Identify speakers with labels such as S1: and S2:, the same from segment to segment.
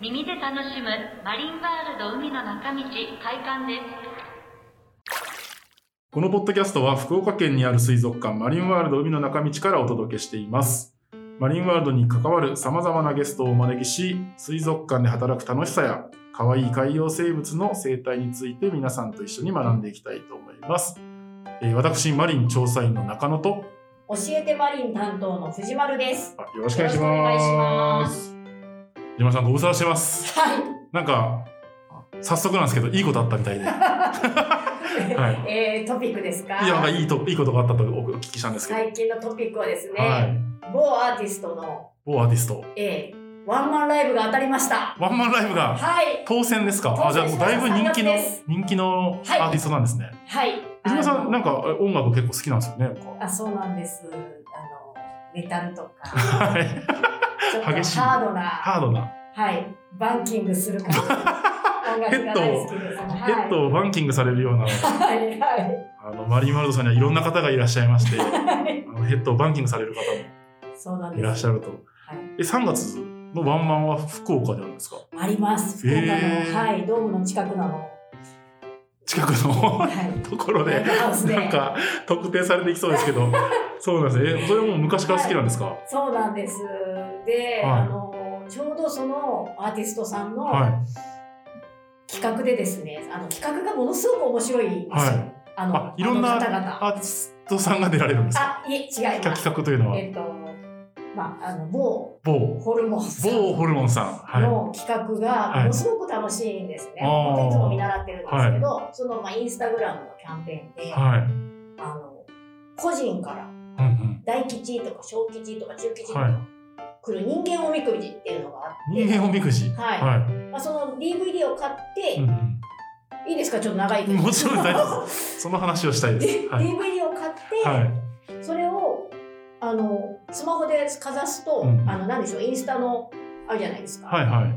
S1: 耳で楽しむマリンワールド海の中道開館です
S2: このポッドキャストは福岡県にある水族館マリンワールド海の中道からお届けしています。マリンワールドに関わる様々なゲストをお招きし、水族館で働く楽しさや、可愛い海洋生物の生態について皆さんと一緒に学んでいきたいと思います。えー私、マリン調査員の中野と、よ
S3: 教えてマリン担当の藤丸です。
S2: ろしくお願いします。
S3: す。
S2: 藤間さん、ご無沙汰してます。
S3: は。
S2: なんか、早速なんですけど、いいことあったみたい で。はい
S3: えー、トピックですか
S2: いや、なんかいいと、いいことがあったとお聞きしたんですけど。
S3: 最近のトピックはですね、
S2: はい。
S3: 某アーティストの、
S2: 某アーティスト。
S3: えー、ワンマンライブが当たりました。
S2: ワンマンライブが
S3: はい。
S2: 当選ですか。あ、
S3: 当
S2: じゃあ
S3: 選
S2: も
S3: し
S2: う
S3: ま
S2: だい
S3: した
S2: ぶ人気の
S3: 三月です
S2: 人気のア
S3: はい
S2: ーティストなんですね。
S3: はい。
S2: 藤間さ
S3: あ
S2: ん
S3: の
S2: なんかえ音楽結構好きなんですよね。なんか
S3: あ、そうなんです。あの、メタルと か、
S2: はい。
S3: ちょっと
S2: 激しい
S3: ハードな、
S2: ハードな。
S3: はい、バンキングする感じの音楽が大好きです。
S2: ヘッドをバンキングされるような
S3: はい、はい、
S2: あのマリーマルドさんにはいろんな方がいらっしゃいまして、あ
S3: はい。
S2: のヘッドをバンキングされる方も
S3: そうなんです。
S2: いらっしゃると。え、3月のワンマンは福岡であるんですか。
S3: あります。福岡の、
S2: へー
S3: はい、ドームの近くなの。
S2: 近く の
S3: はい。
S2: と ころ
S3: ライ
S2: で
S3: ブハウスで
S2: なんか特定されていきそうですけど、そうなんですね。えそれもう昔から好きなんですか。
S3: そうなんです。で、
S2: はい
S3: あのちょうどそのアーティストさんの
S2: は
S3: 企画でですね、あの企画がものすごく面白いんですよ。
S2: はい
S3: あ
S2: い。
S3: の
S2: あ、いろん
S3: あ
S2: な
S3: の方々。
S2: アーティストさんが出られるんですか。
S3: あ、いえ違いま
S2: 企
S3: す。
S2: 画というのは
S3: えっと、まああの某
S2: 某
S3: ホルモンさん
S2: 某ホルモンさん。は
S3: の企画がものすごく楽しいんですね。
S2: はいあー
S3: 僕いつも見習ってるんですけど、そのまあインスタグラムのキャンペーン
S2: い。
S3: で、
S2: はい。
S3: あの個人から
S2: うんうん。
S3: 大吉とか小吉とか中吉と
S2: はい
S3: か来る人間おみくじっていうのがあって、
S2: 人間おみくじ。
S3: はい
S2: は
S3: まあ、その DVD を買って、
S2: い。うん
S3: いいですかちょっと長いけ
S2: うん。
S3: ど
S2: もちろん大丈夫です。その話をしたいです。
S3: で
S2: はい。
S3: DVD を買って、
S2: はい。
S3: それをあのスマホでかざすと、
S2: うん
S3: あの何でしょうインスタのあるじゃないですか、
S2: はいはい。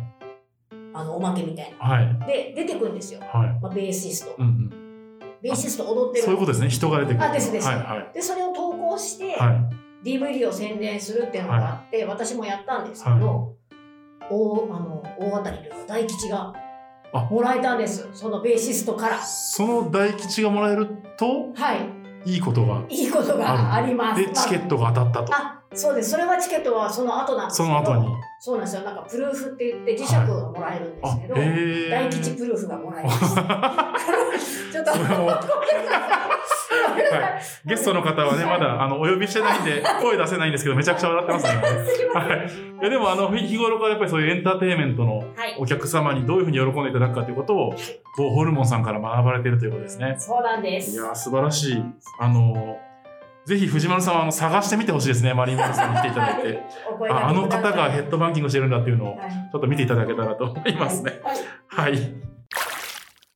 S3: あのおまけみたいな
S2: はい。
S3: で出てくるんですよ、
S2: はい。
S3: まあ、ベーシスト
S2: うんうん。
S3: ベーシスト踊ってる
S2: そういうことですね。人が出てくる。
S3: あですです
S2: はいは
S3: でそれを投稿して、
S2: い。は
S3: DVD を宣伝するっていうのがあって、私もやったんですけど、
S2: は
S3: 大あの大当たりというか大吉が
S2: あ
S3: もらえたんですそのベーシストから
S2: い。その大吉がもらえると、
S3: はい
S2: いいことが。
S3: いいことが
S2: あ
S3: あります
S2: で、チケットが当たったと
S3: ま。あ、あそうですそれはチケットはその後なんです
S2: そ
S3: けど
S2: の後に。
S3: そうなんですよなんかプルーフって言って磁石がもらえるんです
S2: あ
S3: けど、、
S2: ええ。
S3: 大吉プルーフがもらえます ちょっと
S2: それも
S3: ごめんなさいごめんなさい
S2: はゲストの方はね、まだあのお呼びしてないんで、声出せないんですけど、めちゃくちゃ笑ってますね今ね。
S3: すいません
S2: はい、いやでもあの日日頃からやっぱりそういうエンターテインメントの
S3: はい
S2: お客様にどういうふうに喜んでいただくかということを某ホルモンさんから学ばれているということですね。
S3: そうなんで
S2: い
S3: す
S2: やー素晴らしい。あのーぜひ藤丸さんはあの探してみてほしいですね。マリンマルさんに来ていただいて、
S3: お声
S2: ああの方がヘッドバンキングしてるんだっていうのを
S3: はい
S2: ちょっと見ていただけたらと思いますね。
S3: はい
S2: はい。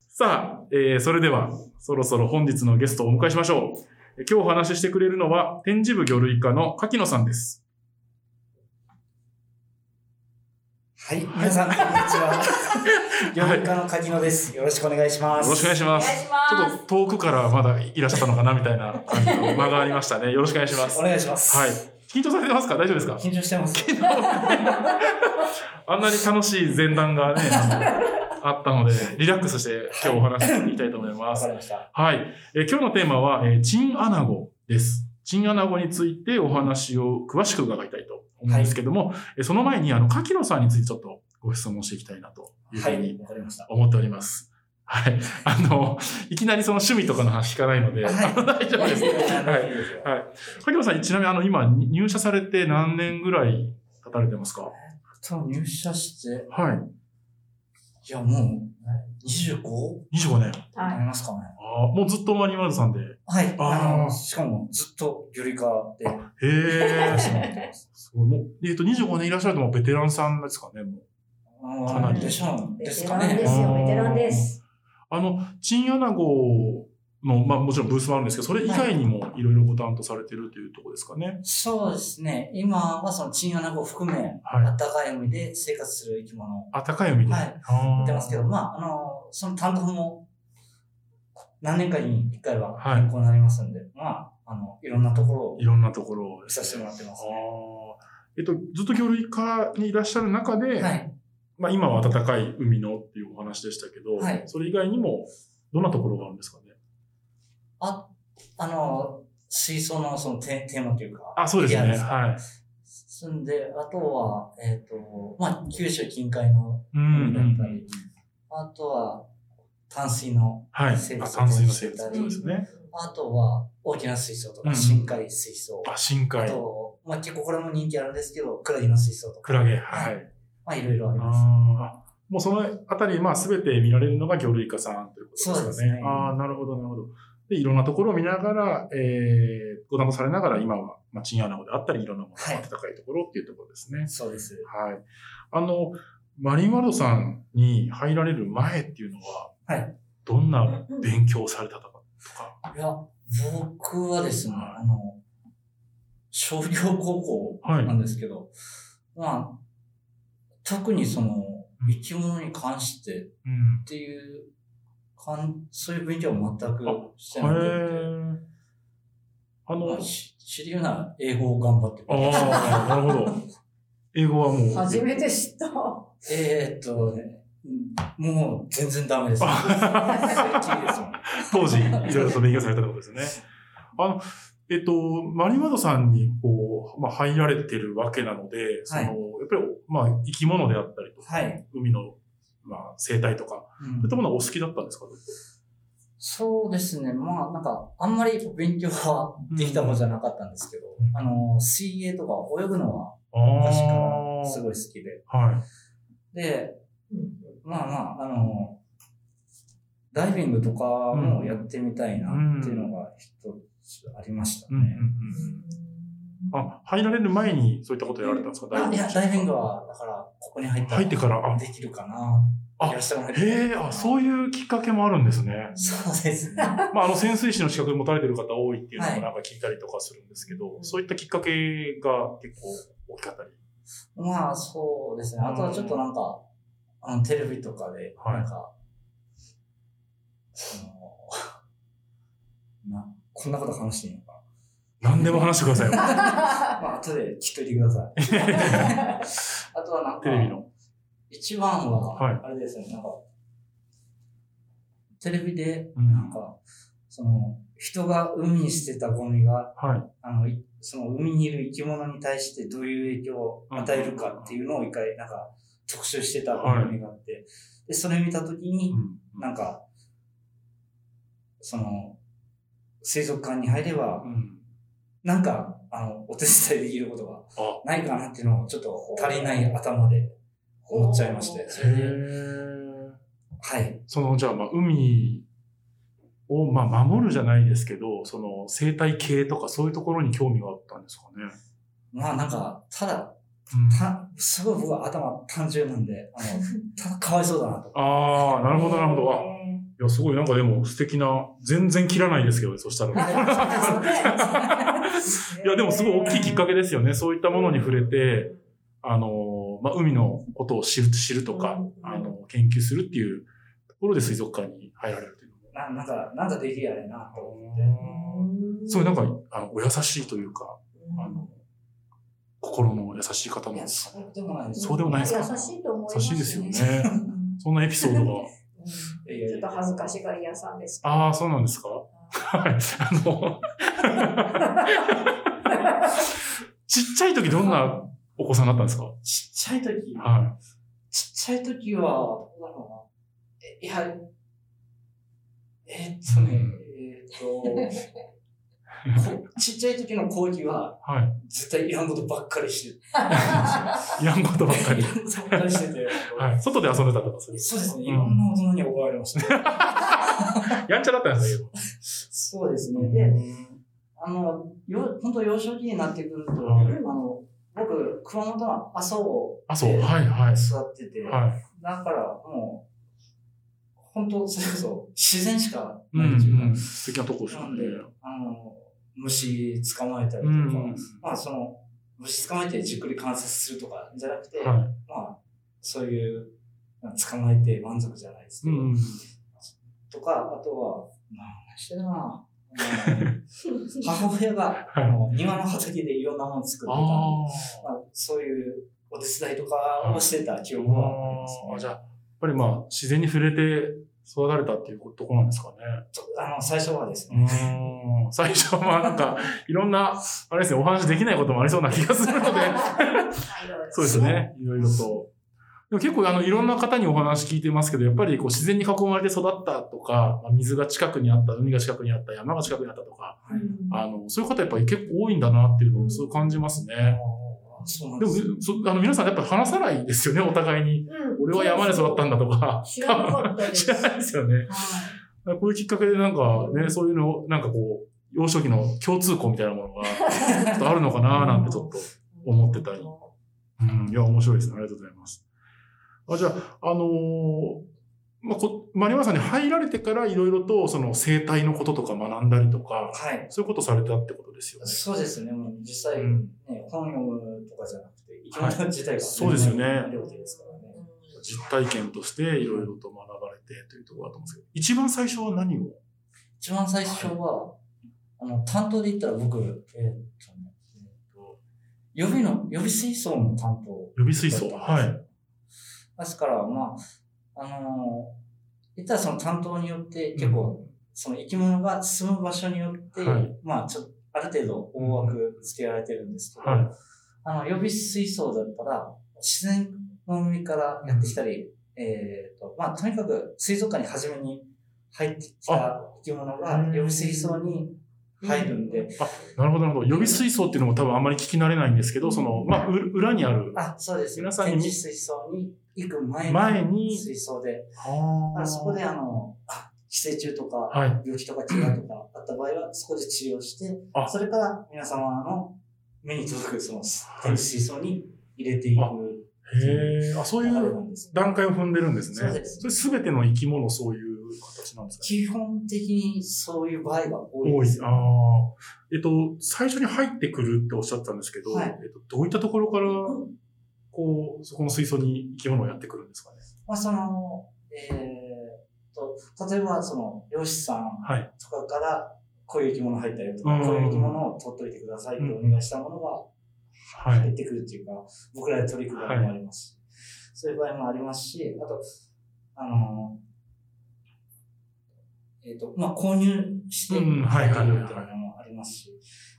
S2: さあ、えーそれではそろそろ本日のゲストをお迎えしましょう。え今日お話ししてくれるのは展示部魚類課の柿野さんです。
S4: はい、皆さん、こんにち は。料理家の柿野です。よろしくお願いします。
S2: よろしくお願いし
S3: お
S2: ま
S3: 願い
S2: す。
S3: し
S2: ちょ
S3: ま
S2: っ
S3: す
S2: と遠くからまだいらっしゃったのかなみたいな感じの間がありましたね。よろしくお願いします。
S4: お
S2: はい。
S4: 願いします。
S2: 緊張されてますか大丈夫ですか
S4: 緊張してます。
S2: あんなに楽しい前段がね、あのあったので、リラックスして今日お話ししていきたいと思いま
S4: わ
S2: す
S4: か。りました。
S2: はい。えー今日のテーマは、えーチンアナゴです。チンアナゴについてお話を詳しく伺いたいと思うんですけども、えーその前に、あの、柿野さんについてちょっとご質問していきたいなというふ
S4: は
S2: うに
S4: い、わかりました。
S2: 思っております。はい。あの、いきなりその趣味とかの話聞かないので、
S4: はい
S2: あの 大丈夫です。はい
S4: いいですよ
S2: はい。萩野さん、ちなみにあの、今、に入社されて何年ぐらい経たれてますか
S4: と入社して、
S2: はい
S4: や、もう、25? と
S2: い。25年。
S3: は
S4: 思
S3: い
S4: いますかね。
S2: ああ、もうずっとマニマルドさんで。へ
S4: はい。
S2: あー
S4: のしかも、ずっと料理家で や
S2: え
S4: ら。せてもらってます。
S2: すごい。もう、えっ、と、25年いらっしゃるともうベテランさんですかね、もう。かなり
S4: でしょう
S3: ベ
S4: です
S3: テ
S4: か
S3: ランで
S4: ね。
S3: すよベテランです
S2: あの、チンアナゴの、まあもちろんブースもあるんですけど、それ以外にもいろいろご担当されてるというところですかね。
S4: そうですね。今はそのチンアナゴを含め、
S2: はい。
S4: 暖かい海で生活する生き物
S2: あ、高い海で。
S4: はい
S2: あ
S4: や
S2: ー
S4: ってますけど、まあ、あの、その担当も、何年かに一回は
S2: はい
S4: 変更になりますんで、まあ、あの、いろんなところを
S2: いろんなところを
S4: 見させてもらってますね。
S2: ああ。えっと、ずっと魚類科にいらっしゃる中で、
S4: はい。
S2: まあ、今は暖かい海のっていうお話でしたけど、
S4: はい
S2: それ以外にもどんなところがあるんですかね
S4: あ、あの、水槽のそのテテーマというか。
S2: あそうです
S4: エリア
S2: ね
S4: か
S2: はい
S4: 住んで、あとは、えっ、と、まあ、九州近海の
S2: うん
S4: 海
S2: う
S4: だったり、
S2: ん
S4: あとは、淡水の、
S2: はい
S4: 生物
S2: あ淡水の生物そうですね、
S4: あとは、大きな水槽と
S2: うん
S4: か、深海水槽。
S2: あ深
S4: あ
S2: 海
S4: と、まあ、結構これも人気あるんですけど、クラゲの水槽とか。
S2: クラゲはい
S4: まあ、いろいろあります。
S2: あーもうそのあたり、まあ、全て見られるのが魚類科さんということですかね
S4: そうですね
S2: ああなるほどなるほどでいろんなところを見ながら、えー、ご担当されながら今は、まあ、チンアナゴであったりいろんなもの
S4: はい
S2: が暖かいところっていうところですね
S4: そうです。
S2: はい。あの、マリンワールドさんに入られる前っていうのは、
S4: はい
S2: どんな勉強をされたとか、
S4: いや、僕はですね、あの、商業高校
S2: はい
S4: なんですけど、まあ、特にその、
S2: うん
S4: 生き物に関してっ
S2: うん。
S4: ていう、かんそういう勉強は全くしてなくて、
S2: へえ。あ
S4: ま
S2: の
S4: あ、、し知り得な英語を頑張って
S2: ああ、なるほど。英語はもう。
S5: 初めて知った。
S4: えー、っとね、うんもう全然 ダメです。
S2: あ
S4: 正直ですもん
S2: 当時、いろいろと勉強されたってことですね。あの、えっと、マリンワールドさんに、こう、まあ、入られてるわけなので、その、
S4: はい
S2: やっぱり、まあ、生き物であったりとか、
S4: はい。
S2: 海の、まあ、生態とか、
S4: うん
S2: そういったものはお好きだったんですか
S4: そうですね。まあ、なんか、あんまり勉強はできた方じゃなかったんですけど、
S2: うん
S4: あの、水泳とか泳ぐのは
S2: ああ
S4: 昔からすごい好きで。
S2: はい。
S4: で、まあまあ、あの、ダイビングとかもやってみたいなっていうのが一つありました
S2: うんうん
S4: ね。
S2: うん、あ、入られる前にそういったことやられたんですか
S4: あいや、ダイビング
S2: は。
S4: は、だから、ここに入った
S2: 入ってから、あ、
S4: できるかな。
S2: あ
S4: いらっしゃらない
S2: へえ、あ、そういうきっかけもあるんですね。
S4: そうですね。
S2: まあ、あの、潜水士の資格持たれてる方多いっていうのも
S4: はい
S2: なんか聞いたりとかするんですけど、そういったきっかけが結構大きかったり。
S4: まあ、そうですね。あとはちょっとなんか、あの、テレビとかで、
S2: はい
S4: なんか、その、 な、こんなこと話していいのか
S2: 何でも話してくださ いよ。
S4: な。まあ、後で聞っといてください。 あとはなんか、
S2: テレビの。
S4: 一番
S2: はい
S4: は、あれですよね、なんか、テレビで、
S2: うん
S4: なんか、その、人が海に捨てたゴミが、
S2: はい。
S4: あの、いその海にいる生き物に対してどういう影響を与えるかっていうのを一回、なんか、特集してた番組があって、で、それ見たときに、
S2: うん
S4: なんか、その、水族館に入れば
S2: う、ん。
S4: なんか、あの、お手伝いできることが
S2: あ、
S4: ないかなっていうのをちょっと足りない頭で思っちゃいまして、それ
S2: へ
S4: で、
S2: え。
S4: はい。
S2: その、じゃあ、まあ、海を、まあ、守るじゃないですけど、その、生態系とかそういうところに興味があったんですかね。
S4: まあなんか、ただ、
S2: うん
S4: た、すごい僕は頭単純なんで、 あの、ただかわいそうだなと。
S2: ああ、なるほど、なるほど。あ、
S5: え
S2: いや、すごい、なんかでも素敵な、全然切らないですけどね、そしたらね。
S5: ー
S2: いや、でもすごい大きいきっかけですよね。そういったものに触れて、あの、まあ、海のことを知る知るとか、あの、研究するっていうところで水族館に入られるというのも。
S4: ななんか、なんかできやれなと思って。
S2: すごい、なんか、あの、お優しいというか、あの、心の優しい方
S4: い
S2: なん
S4: や、
S2: です。
S4: そうでもないです。
S2: そうでもないですか
S5: 優しいと思いま
S2: 優
S5: す、
S2: しいですよね。そんなエピソードが。
S4: いやい
S5: うん
S4: や
S5: ちょっと恥ずかしがり屋さんですけど。
S2: ああ、そうなんですかはい。あの、ちっちゃい時どんなお子さんだったんですかは
S4: ちっちゃい時、
S2: い。
S4: ちっちゃい時は、どうだろうな。えいや、えーっとね、 えーっと、こちっちゃい時の講義は、
S2: は
S4: 絶対いらんことばっかりして、
S2: い。いらんことばっか
S4: い
S2: り
S4: ら。んことばっかりしてて、
S2: はい。外で遊んでたとかする。
S4: そうですね、い
S2: うん
S4: ろんな大人に怒られました。
S2: やんちゃだったんですね。
S4: そうですね。で、あの、よ、本当幼少期になってくると、
S2: はい
S4: あの、僕、熊本の阿蘇を
S2: あ、そう。はい、はい。
S4: 座ってて、
S2: はい。
S4: だからもう、本当それこそ自然しか
S2: う
S4: ない
S2: ん、
S4: というか、
S2: うん。素敵なとこですよね。
S4: あの、虫捕まえた
S2: う
S4: りとか、
S2: ん。
S4: まあその、虫捕まえてじっくり観察するとかじゃなくて、
S2: は
S4: まあ、そういう、まあ捕まえて満足じゃないです
S2: い。
S4: け
S2: う
S4: ど、
S2: ん。
S4: とか、あとは、まあ、何してた かな。あの母親が、あの、庭の畑でいろんなもの作ってたんで
S2: あ
S4: まあ、そういうお手伝いとかをしてた記憶はありますね。
S2: あじゃあ、やっぱりまあ、自然に触れて育たれたっていうとこなんですかね。
S4: ちょあの、最初はです
S2: う
S4: ね。
S2: ーん最初はなんか、いろんな、あれですね、お話できないこともありそうな気がするので、そうですね、いろいろと。でも結構あのいろんな方にお話聞いてますけど、やっぱりこう自然に囲まれて育ったとか、まあ水が近くにあった、海が近くにあった、山が近くにあったとか、あのそういう方やっぱり結構多いんだなっていうのをすごい感じますね。
S4: あそうなん
S2: で
S4: で
S2: も
S4: すよ
S2: そあの皆さんやっぱり話さないですよね、お互いに。俺は山で育ったん だとか、
S5: 知らなかったです
S2: 知らないですよね。こういうきっかけでなんかね、そういうの、なんかこう、幼少期の共通項みたいなものが、ちょっとあるのか ななんてちょっと。思ってたりうん、いや、面白いですね。ありがとうございます。あじゃあ、あのーまあ、こ、マリマさんに入られてからいろいろと、その生態のこととか学んだりとか、
S4: はい。
S2: そういうことされたってことですよね。
S4: そうですね。もう実際、
S2: う
S4: ね、
S2: ん、
S4: 本読むとかじゃなくて、生き物自体が、
S2: そうですよね
S4: 量ですからね。
S2: 実体験としていろいろと学ばれてというところだと思うんですけど、一番最初は何を
S4: 一番最初は、あの、担当で言ったら僕、えーっとね、えーっと、予備の、予備水槽の担当。
S2: 予備水槽はい。
S4: ですから、まあ、あのー言ったらその担当によって結構、その生き物が住む場所によって、
S2: はい
S4: まあ、ちょっと、ある程度大枠付けられてるんですけど、
S2: は
S4: あの、予備水槽だったら、自然の海からやってきたり、えっ、と、まあ、とにかく水族館に初めに入ってきた生き物が
S2: あ
S4: 予備水槽に入るんで、
S2: い。なるほど、なるほど。予備水槽っていうのも多分あんまり聞き慣れないんですけど、その、まあ、う裏にある。
S4: あ、そうです。
S2: 皆さんに
S4: 展示水槽に行く前に、
S2: 前に
S4: 水槽で、だか
S2: あ
S4: らそこであの、あ寄生虫とか、
S2: はい。
S4: 病気とか怪我とかあった場合は、そこで治療して
S2: あ、
S4: それから皆様の目に届くその展示水槽に入れていく
S2: へえ、あ、そうい
S4: 流れ
S2: う
S4: なんですね。
S2: 段階を踏んでるんですね。
S4: そうです
S2: それ全ての生き物そういう形なんですかね
S4: 基本的にそういう場合が多い
S2: 多
S4: で
S2: い
S4: す。。
S2: ああ。えっと、最初に入ってくるっておっしゃってたんですけど、
S4: はい
S2: えっと、どういったところから、こう、そこの水槽に生き物をやってくるんですかね。
S4: まあ、その、えー、と、例えば、その、漁師さん
S2: はい。
S4: とかから、こういう生き物入ったよとか、
S2: うん
S4: こういう生き物を取っといてくださいってお願いしたものが
S2: は
S4: 入
S2: い
S4: っ。てくるっていうか、僕らで取り組む場合もありますし、そういう場合もありますし、あと、あの、えっ、と、まあ、購入して、
S2: うんはいはいはいはい
S4: っていうのもありますし、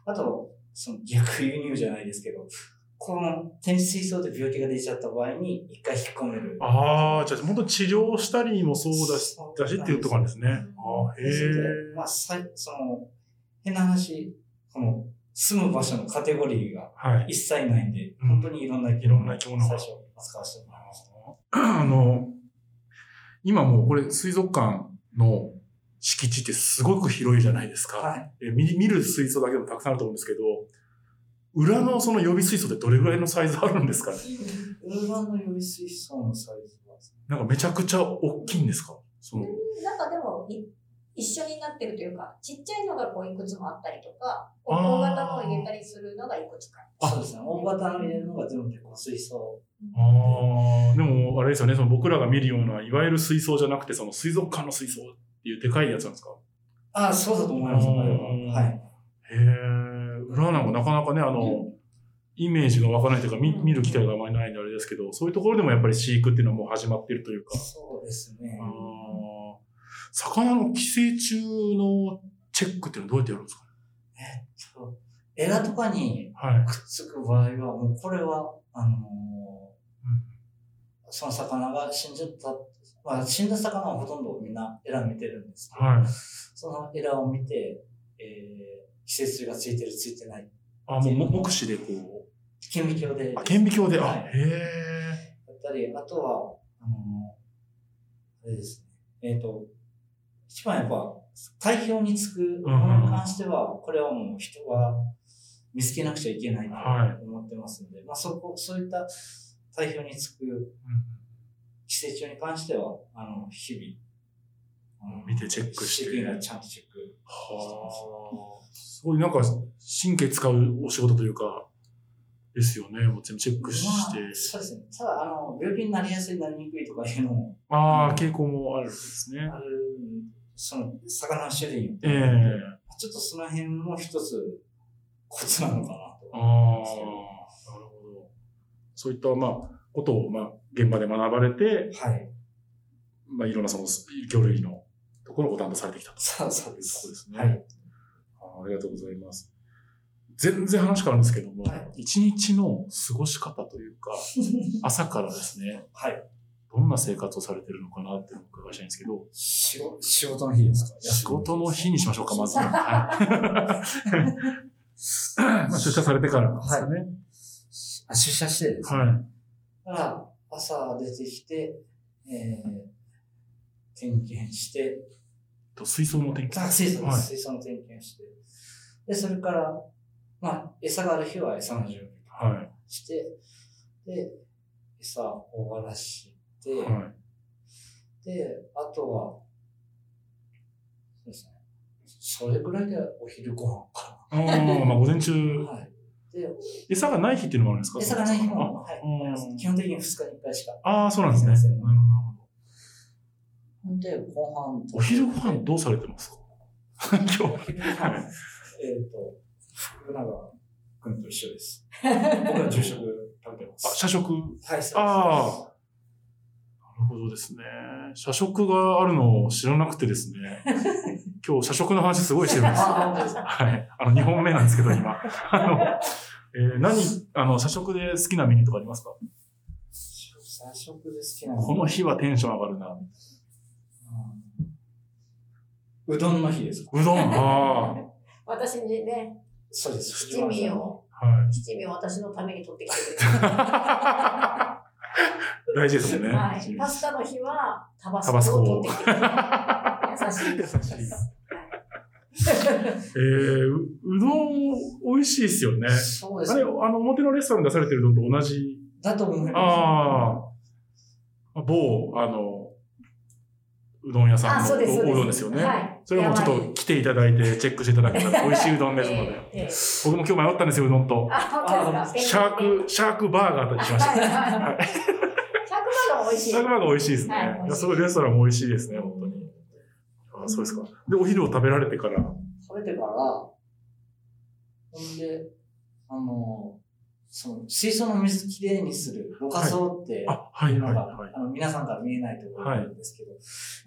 S4: あと、その逆輸入じゃないですけど、この天水槽で病気が出ちゃった場合に一回引っ込める。
S2: ああ、じゃあ本当治療したりもそうだし、だしっていうところですね。ああ、へ
S4: ですので
S2: え。
S4: まあ、さいその、変な話、この、住む場所のカテゴリーが
S2: はい。
S4: 一切ないんで、
S2: うん
S4: 本当にいろんな生き
S2: いろんな生き
S4: 最
S2: 物が
S4: 初扱わせてもらいまし た。
S2: あの、今もうこれ水族館の敷地ってすごく広いじゃないですか。
S4: はい。
S2: えー見見る水槽だけでもたくさんあると思うんですけど、裏のその予備水槽ってどれぐらいのサイズあるんですかね
S4: ウーランの予備水槽のサイズは、
S2: なんかめちゃくちゃ大きいんですかその、
S3: なんかでもい、一緒になってるというか、ちっちゃいのがこういくつもあったりとか、こう
S2: あー
S3: 大型のを入れたりするのがいくつか。
S2: あ
S4: そうですね。大型の入れるのが全部でこう水槽。
S2: ああ、でもあれですよね、その僕らが見るような、いわゆる水槽じゃなくて、その水族館の水槽っていうでかいやつなんですか
S4: ああ、そうだと思います。
S2: うん
S4: あれは。はい。
S2: へえ、裏なんかなかなかね、あの、イメージが湧かないというか、見見る機会があまりないんであれですけど、そういうところでもやっぱり飼育っていうのはもう始まってるというか。
S4: そうですね
S2: あ。ー魚の寄生虫のチェックっていうのはどうやってやるんですかね
S4: えっと、エラとかに
S2: はい。
S4: くっつく場合は、もうこれは、あのーその魚が死んじゃった。まあ、死んだ魚はほとんどみんなエラ見てるんですけど、
S2: はい。
S4: そのエラを見て、えー、寄生虫がついてるついてない。
S2: あ、もうも目視でこ
S4: 顕微鏡で
S2: う。あ、。顕微鏡で。あ、
S4: はい
S2: へえ。
S4: だったり、あとは、あの、あれですね。えっ、と、一番やっぱ、体表につくものに関しては、これはもう人は見つけなくちゃいけない
S2: は
S4: と思ってますので、まあそこ、そういった体表につく寄生虫に関しては、あの、日々、あの
S2: 見てチェックして
S4: 飼育員がちゃんとチェック。
S2: はあ。すごいなんか神経使うお仕事というか、ですよね。もう全部チェックして。
S4: まあそうですね。ただ、あの、病気になりやすい、なりにくいとかいうのも
S2: ああ、傾向もあるんですね
S4: あ。る、その、魚の種類によって
S2: ええ
S4: ちょっとその辺も一つコツなのかなと。
S2: ああ。なるほど。そういった、まあ、ことを、まあ、現場で学ばれて、
S4: はい。
S2: まあ、いろんなその、魚類のところをご担当されてきたと。
S4: そうそうで
S2: そう
S4: す。
S2: ですね
S4: はい。
S2: あありがとうございます。全然話変わるんですけども
S4: は、
S2: 一、日の過ごし方という か、朝からですね、
S4: はい。
S2: どんな生活をされてるのかなっていうのをお伺いしたいんですけど、
S4: 仕事仕事の日ですか
S2: 仕事の日にしましょうか、まずは。 はい。まあ、出社されてからなんですかね。
S4: あ出社してですね。
S2: はい。
S4: だから、朝出てきて、えー、点検して、
S2: と水槽の点
S4: あ
S2: 検。
S4: 水槽で
S2: はい
S4: す。水槽の点検して。で、それから、まあ、餌がある日は餌の準備とか
S2: は
S4: して、で、餌を終わらして、
S2: い。はい。
S4: で、あとは、そうですね。それぐらいでお昼ご飯か
S2: ああ、まあ午前中、
S4: な。はい。で、
S2: 餌がない日っていうのもあるんですか
S4: 餌がない日も、は
S2: あう
S4: い。
S2: ん
S4: 基本的に2日に1回しか。
S2: ああ、そうなんですね。なるほどなるほど。
S4: ほんで、後半。
S2: お昼ご飯どうされてますか 今日。
S4: お昼 ご飯
S2: はい
S4: えっと、福永君と一 緒です。僕は昼食食べてま
S2: あ、
S4: す。
S2: 社食。
S4: はい、そうです
S2: あなるほどですね。社食があるのを知らなくてですね。今日、社食の話すごいしてる んですよ。
S4: あ本当ですか
S2: はい。あの、2本目なんですけど、今。 あの、えー何、あの、社食で好きなメニューとかありますか
S4: 社食で好きな
S2: この日はテンション上がるな。
S4: うんうどんの日ですか
S2: うどん。あ
S5: 私にね、
S4: そうです。
S5: 七味を、
S2: あ。はい。
S5: 七味を私のために取ってきてく
S2: 大事ですもん
S5: れ
S2: ね。
S5: る。はい。パスタの日はタバスコ
S2: タバスコ
S5: を
S2: を
S5: 取ってきてくれる。優しい。
S2: 優しいえー、ううどん、美味しいですよね。
S4: そうで
S2: あ
S4: す
S2: れ、
S4: ね
S2: あ。の、表のレストランで出されてるのと同じ。
S4: だと思いま
S2: ああ。某、あの、うどん屋さん
S5: あ、
S2: の
S5: そうです。そう
S2: おうどんですよね。
S5: はい。
S2: それもちょっ
S5: やば
S2: と来ていただいて、チェックしていただけ たら美味しいうどん
S5: い
S2: ですので。
S5: ええええ
S2: 僕も今日迷ったんですよ、うどんと。
S5: あ、本当です
S2: シ
S5: か。
S2: ャーク、シャークバーガーとにしました。
S5: はいはいはい。100万が美味しい。
S2: シャークバーガー美味しいですね。
S5: はい
S2: い
S5: 美
S2: や
S5: 味しい
S2: すごいレストランも美味しいですね、本当に。あそうですか。で、お昼を食べられてから。
S4: す。食べてから、ほんで、あの、その、水槽の水きれいにする、ろ過槽って、
S2: あ、はい、
S4: な
S2: は
S4: ん
S2: い、
S4: か
S2: はい。
S4: あの皆さんから見えないところなんですけど、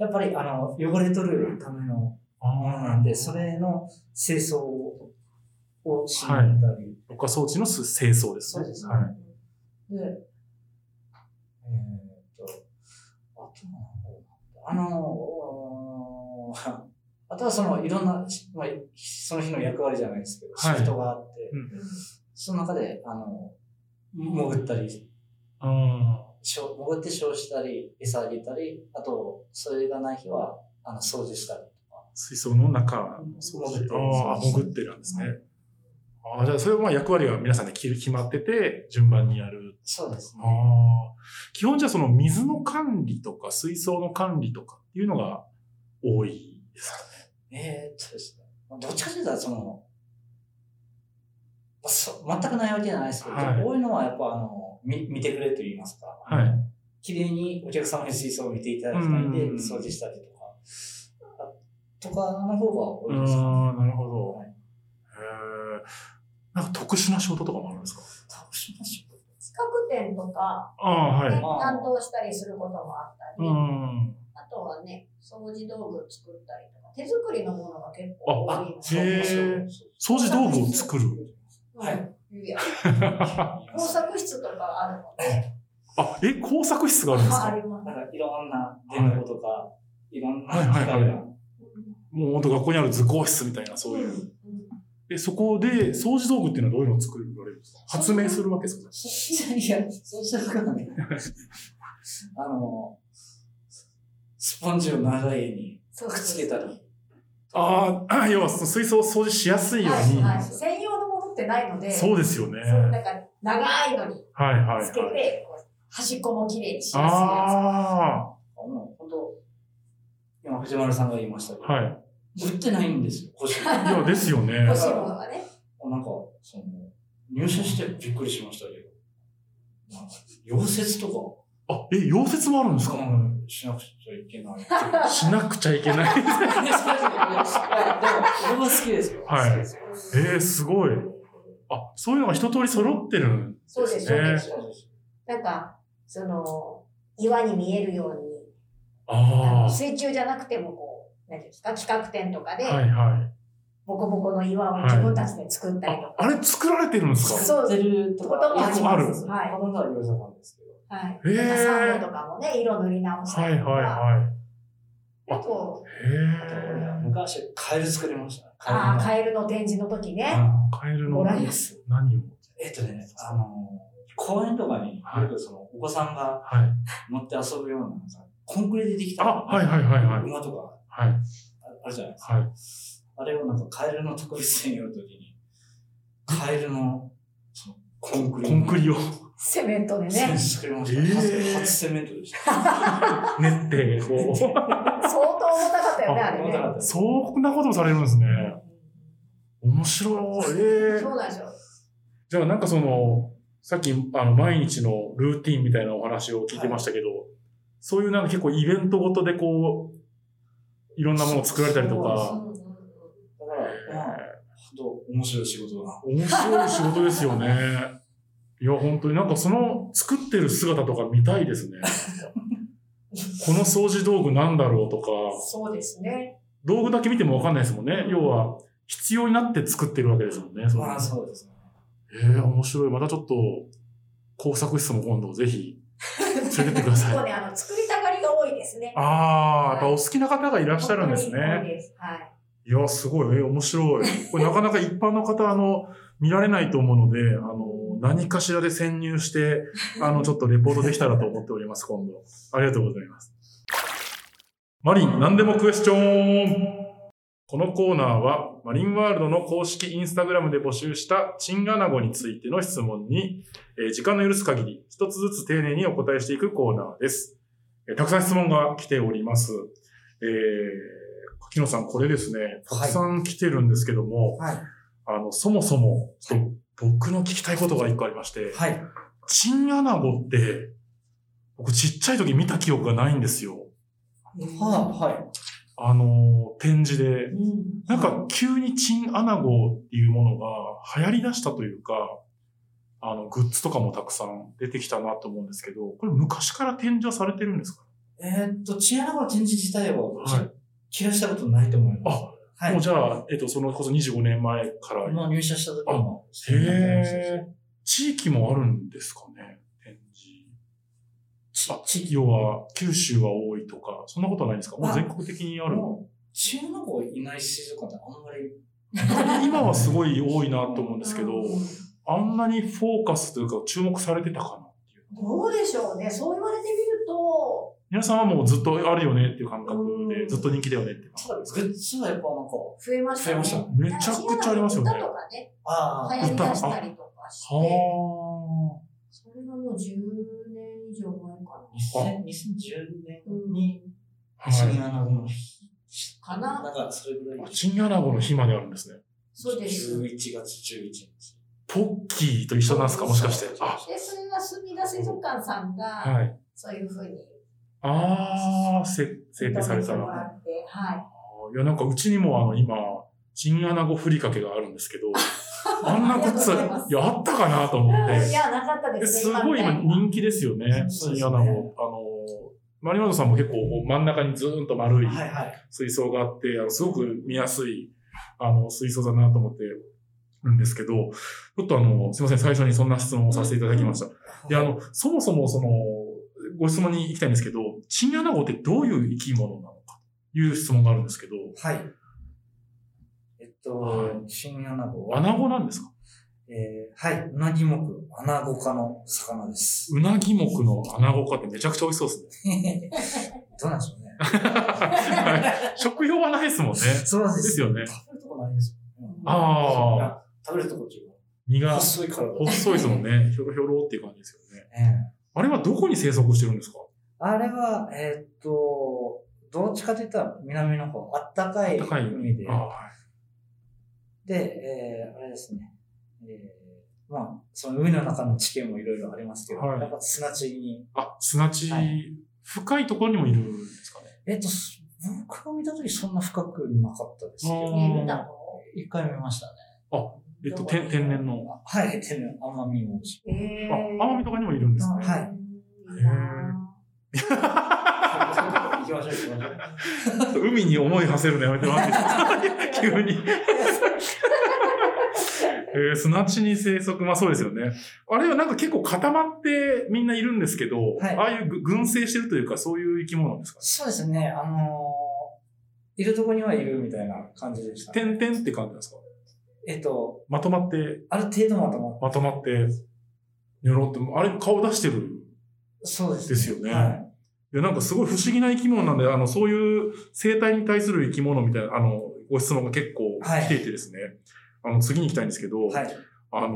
S4: やっぱりあの汚れ取るためのものなんで、それの清掃ををしに行ったり、
S2: ろ過装置のす清掃ですね。
S4: そうですね
S2: はい。
S4: で、えーっと、あとはあのー、 あとはそのいろんな、しまあ、その日の役割じゃないですけど、
S2: はい
S4: シフトがあって、
S2: うん
S4: その中で、あの、潜ったり、
S2: あ
S4: しょ潜って消したり、餌あげたり、あと、それがない日は、あの、掃除したり。
S2: ー水槽の中の掃
S4: 潜
S2: 除。
S4: って
S2: ああ、
S4: そうそう
S2: 潜ってるんですね。ああ、じゃあそれはまあ役割は皆さんで決まってて、順番にやる。
S4: そうです
S2: ああ。基本じゃあその水の管理とか水槽の管理とかっていうのが多いですか
S4: ね。えーっとですね。まあどっちかというと、その、まあそ全くないわけじゃないですけど、
S2: はい
S4: 多いのはやっぱあの、み見てくれと言いますか。
S2: はい。
S4: 綺麗にお客様に水槽を見ていただきたいんで
S2: うん、
S4: 掃除したりとか、あとかの方が多いですかね。
S2: ああ、なるほど。
S4: はい
S2: へえ。なんか特殊な仕事とかもあるんですか
S4: 楽しましょう
S3: 企画展とか、
S2: ああ、
S3: ね
S2: はい。
S3: 担当したりすることもあった
S2: う
S3: り、
S2: ん。
S3: あとはね、掃除道具作ったりとか、手作りのものが結構
S2: あ
S3: 多いの
S2: へえ掃除道具を作る。
S4: はい。
S3: いや
S2: あ、
S3: 工作室とかあるので、
S2: え、工作室があるんです
S3: まあ、あ
S2: か
S3: ります。
S4: なんかいろんな電動とか、い、ろんな
S2: はい
S4: 機
S2: はい
S4: 械
S2: は
S4: が、
S2: い もう本当学校にある図工室みたいな、そういう。え、そこで掃除道具っていうのはどういうのを作られるんですか発明するわけですか
S4: いや、そうしたらね、あの、スポンジを長い絵に
S3: そう
S4: くっつけたり、
S2: ああ、要はその水槽を掃除しやすいように。
S3: はいはい、専用のものってないので、
S2: そうですよね。
S3: そうなんか長いのに
S2: はいはい
S3: つけて、
S2: はい。
S3: こう端っこもきれいにしやすいや
S2: あ
S4: もう本当、今藤丸さんが言いましたけ
S2: あ、
S4: ど、
S2: はい。
S4: 売って ないんですよ、欲しい。
S2: いや、ですよね
S3: つ。。欲しいものがね。
S4: なんか、その、入社してびっくりしましたけど、なんか溶接と
S2: あ、え、溶接もあるんです
S4: か、
S2: か
S4: うんしなくちゃいけない。いやでも、
S2: しなくちゃいけない。
S4: 俺は好きですよ。
S2: はい
S4: 好きですよ
S2: えー、すごい。あ、そういうのが一通り揃ってるん
S3: そう
S2: で
S3: ですす、そう
S2: ね
S3: で。す。
S4: そうです
S3: なんか、その、岩に見えるように、あの
S2: あ
S3: 水中じゃなくてもこう、何ていうんですか、企画展とか
S2: あ。
S3: で、
S2: はいはい。
S3: ボコボコの岩を自分たちで作ったりと
S2: あ
S3: か。、
S2: あれ作られてるんですか
S3: そう
S4: 売ってると
S3: こともあ
S2: ります
S3: はい
S4: このなら業者さんですけど。
S3: はい。
S2: へえ
S3: なんかサンゴとかもね、色塗り直した
S2: はい
S3: り
S2: はい
S3: とか。
S2: は
S3: あと、
S2: い。へえ。
S4: 昔、カエル作りましたね。
S3: あー
S4: カ
S3: カ
S4: エ
S3: エルの展示の時
S4: ル
S3: ね。
S4: の。うん
S2: カエル
S3: も
S2: の
S3: らいやす
S2: 何を
S4: えっとね、あの、公園とかに、
S2: はい
S4: よくその、お子さんが
S2: はい。
S4: 乗って遊ぶような、なんかコンクリでできた
S2: あ、はいはいはいはい。
S4: 馬とか
S2: はい。
S4: ああるじゃないですか。
S2: はい。
S4: あれをなんかカエルの特別展やるときに、カエルの、その、コンクリ。
S2: コンクリを
S3: セメントで
S4: セン
S3: ね。
S4: ス作りまし
S2: えー
S4: た。初初セメントでした。
S2: 練って、 こう。
S3: 相当重たかったよね、
S2: あ
S3: あれ
S4: 重
S3: ね
S4: た。かったです。
S2: そんなこともされるんですね。面白い。ええ
S3: そうなんですよ。
S2: じゃあなんかその、さっき、あの、毎日のルーティンみたいなお話を聞いてましたけど、そういうなんか結構イベントごとでこう、いろんなものを作られたりと
S3: う
S2: か、
S3: んうんうん
S4: だから、まあ、本当面白い仕事だな。
S2: 面白い仕事ですよね。いや、本当になんかその作ってる姿とか見たいです ね。この掃除道具なんだろうとか、
S3: そうですね。
S2: 道具だけ見てもわかんないですもんね。要は、必要になって作ってるわけですもんね。その
S4: まあ、そうですね。
S2: ええ面白い。またちょっと、工作室も今度ぜひ、連れてってくださ
S3: 結
S2: い
S3: 構。ね、あの、作りたがりが多いですね。
S2: ああ、やっぱ
S3: はい
S2: お好きな方がいらっしゃるんです
S3: 本当に多
S2: ね。
S3: いですはい。
S2: いや、すごい、え面白い。これなかなか一般の方、あの、見られないと思うので、あの、何かしらで潜入して、あの、ちょっとレポートできたらと思っております、今度。ありがとうございます。マリン、何でもクエスチョンこのコーナーは、マリンワールドの公式インスタグラムで募集したチンアナゴについての質問に、えー時間の許す限り、一つずつ丁寧にお答えしていくコーナーです。えーたくさん質問が来ております。えー、柿野さん、これですね、たくさん来てるんですけども、
S4: はい。
S2: あの、そもそも、ちょっと僕の聞きたいことが一個ありまして、
S4: はい。
S2: チンアナゴって、僕ちっちゃい時見た記憶がないんですよ。
S4: は
S2: あの、展示で
S3: う。ん。
S2: なんか急にチンアナゴっていうものが流行り出したというか、あの、グッズとかもたくさん出てきたなと思うんですけど、これ昔から展示はされてるんですか
S4: い。えーっと、チアナゴの展示自体は、
S2: はい
S4: 切らしたことないと思います。あは
S2: もう
S4: い。
S2: じゃあ、えっと、そのこそ25年前から。
S4: もう入社した時
S2: あ
S4: も、そういうのやってましたし
S2: へえ。地域もあるんですかね展示。
S4: ち
S2: あ、地域は、九州は多いとか、そんなことはないんですかもう全国的にあるの
S4: もう、チアナゴがいない水族館ってあんまり、
S2: 今はすごい多いなと思うんですけど、
S3: うん
S2: あんなにフォーカスというか注目されてたかなっていう。
S3: どうでしょうね。そう言われてみると、
S2: 皆さんはもうずっとあるよねっていう感覚で、
S3: うん
S2: ずっと人気だよねっていう感
S4: ただグッズはやっぱなんか、
S3: 増えましたね。
S4: 増えました
S3: なんか
S2: めちゃくちゃありますよね
S3: 歌とかね、
S4: あ
S3: 流
S4: あ、
S3: 行り出したりとかし
S2: 覚。
S3: て、
S2: は
S3: それがもう10年以上前か
S4: 2000 2010年
S3: な。うん
S4: に、
S2: あ。
S4: チ
S2: は
S4: アナゴの日
S3: かな
S4: なんか、それぐらい
S2: い。。チンアナゴの日まであるんですね。
S3: そうです。
S4: 11月11日。
S2: ポッキーと一緒なんですかもしかして。あ、
S3: で、それは隅田水族館さんが、
S2: はい。
S3: そういうふうに
S2: ああ、せ制定された
S3: 認めても
S2: ら。
S3: らって、はい。
S2: いや、なんかうちにもあの、今、チンアナゴふりかけがあるんですけ ど、あんなグッズ、
S3: ありがとうございます
S2: いや、あったかなと思っ
S3: い
S2: て。
S3: や、なかった
S2: え
S3: ですね。
S2: すごい
S3: みた
S2: 今
S3: な
S2: 人気ですよね、チ
S4: そうですね
S2: ンアナゴ。あの、マリマドさんも結構こう真ん中にずーんと丸い
S4: はいはい。
S2: 水槽があって、あのすごく見やすい、あの、水槽だなと思ってるんですけど、ちょっとあの、すいません、最初にそんな質問をさせていただきました。で、あの、そもそもその、ご質問に行きたいんですけど、チンアナゴってどういう生き物なのかという質問があるんですけど、
S4: はい。えっ
S2: は
S4: と、チンアナゴ
S2: ア
S4: は、
S2: ナゴなんですか
S4: えー、はい、うなぎ目、アナゴ科の魚です。
S2: うなぎ目のアナゴかってめちゃくちゃ美味しそうですね。
S4: どうなんでしょうね。
S2: はい食用はないですもんね。
S4: そうなん
S2: ですよね。
S4: 食べるとこないですもんね。
S2: ああ、
S4: あ。食べるとこっていうか、
S2: 身が
S4: 細い体で。
S2: 細いですもんね。ひょろひょろっていう感じですよね。
S4: ええ
S2: あれはどこに生息してるんですか
S4: あれは、えーっと、どっちかといったら南の方、あったかい
S2: 高い
S4: 海で
S2: あ、あはい
S4: で、えー、あれですね、えー、まあ、その海の中の地形もいろいろありますけど、
S2: はい
S4: やっぱ砂地に、
S2: あ、砂地、
S4: はい
S2: 深いところにもいるんですかね。
S4: えーっと、す僕が見たときそんな深くなかったですけ
S2: あ
S4: ど
S2: ー、
S3: ね、見たの
S4: 一回見ましたね。
S2: あ、えっと、天天然の。
S4: はい、天然、奄美大島。
S2: あ、
S5: え
S2: 奄美とかにもいるんですね。
S4: はい
S5: いいな
S4: 行きましょう、行きましょう。
S2: 海に思い馳せるのやめてもらっていいですか 急に。えー、砂地に生息、まあそうですよね。あれはなんか結構固まってみんないるんですけど、
S4: はい
S2: ああいうぐ群生してるというか、そういう生き物ですか
S4: そうですね、あのーいるとこにはいるみたいな感じでした。
S2: 点々って感じなんですか
S4: えっと、
S2: まとまって、
S4: ある程度まとまっ
S2: まとまって、ニョロって、あれ顔出してる。
S4: そうです、
S2: ですよね
S4: はい。
S2: いや、なんかすごい不思議な生き物なんで、あの、そういう生態に対する生き物みたいな、あの、ご質問が結構来ていてですね、あの、次に行きたいんですけど、
S4: はい。
S2: あの、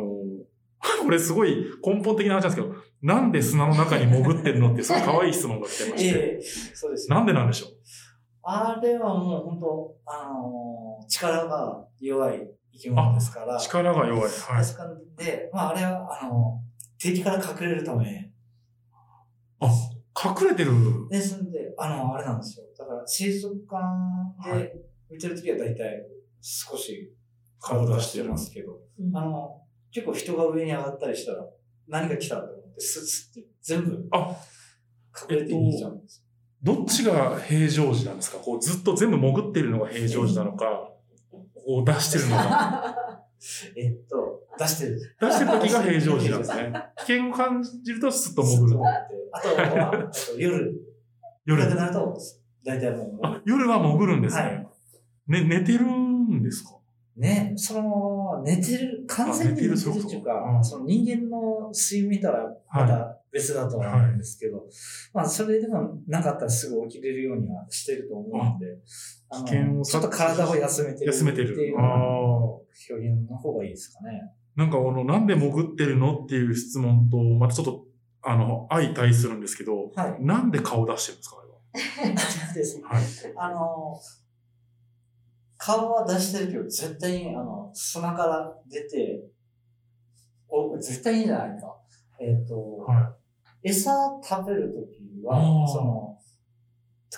S2: これすごい根本的な話なんですけど、なんで砂の中に潜ってる のってすごい可愛い質問が来てまし
S4: え
S2: て、
S4: えそうです。
S2: なんでなんでしょう
S4: あれはもう本当、あのー力が弱い生き物ですから。
S2: 力が弱い。はい。
S4: ですからで、まああれは、あの敵から隠れるため。
S2: あ、隠れてる。
S4: ですんで、あのあれなんですよ。だから、生息感
S2: は
S4: で見てるときは大体少し
S2: 顔出してる
S4: ますけど。
S5: うん
S4: あの、結構人が上に上がったりしたら、何が来たと思って、スッスッって全部
S2: あ、
S4: 隠れていいじゃんです。
S2: どっちが平常時なんですかこうずっと全部潜ってるのが平常時なのか、こう出してるの が。
S4: えっと、出してる。
S2: 出してる時が平常時なんですね。危険を感じるとスッと潜る。
S4: あとは、えっと夜、
S2: 夜
S4: 暗く。なると、大体もう、
S2: あ夜は潜るんですね。
S4: はい
S2: ね、寝てるんですか
S4: ね、その、寝てる、完全に寝てるって
S2: あ寝て
S4: い
S2: るそう
S4: うか
S2: かう、ん
S4: その人間の睡眠とはま
S2: は
S4: た別だと思うんですけど、まあ、それでもなかったらすぐ起きれるようにはしてると思うんで、あの
S2: 危険を
S4: ちょ
S2: 察
S4: っ
S2: 知
S4: と体を休めて
S2: い。
S4: る。
S2: 休めて
S4: ってい
S2: る
S4: う。
S2: あ
S4: のが
S2: あ。
S4: 表現の方がいいですかね。
S2: なんかあの、なんで潜ってるのっていう質問と、またちょっと、あの、相対するんですけど、
S4: はい。
S2: なんで顔出してるんですかあれは。
S4: ですね。
S2: はい
S4: あの、顔は出してるけど、絶対に、あの、砂から出て、お絶対にじゃないか。えっ、と、
S2: は
S4: 餌食べるときは
S2: あー、
S4: その、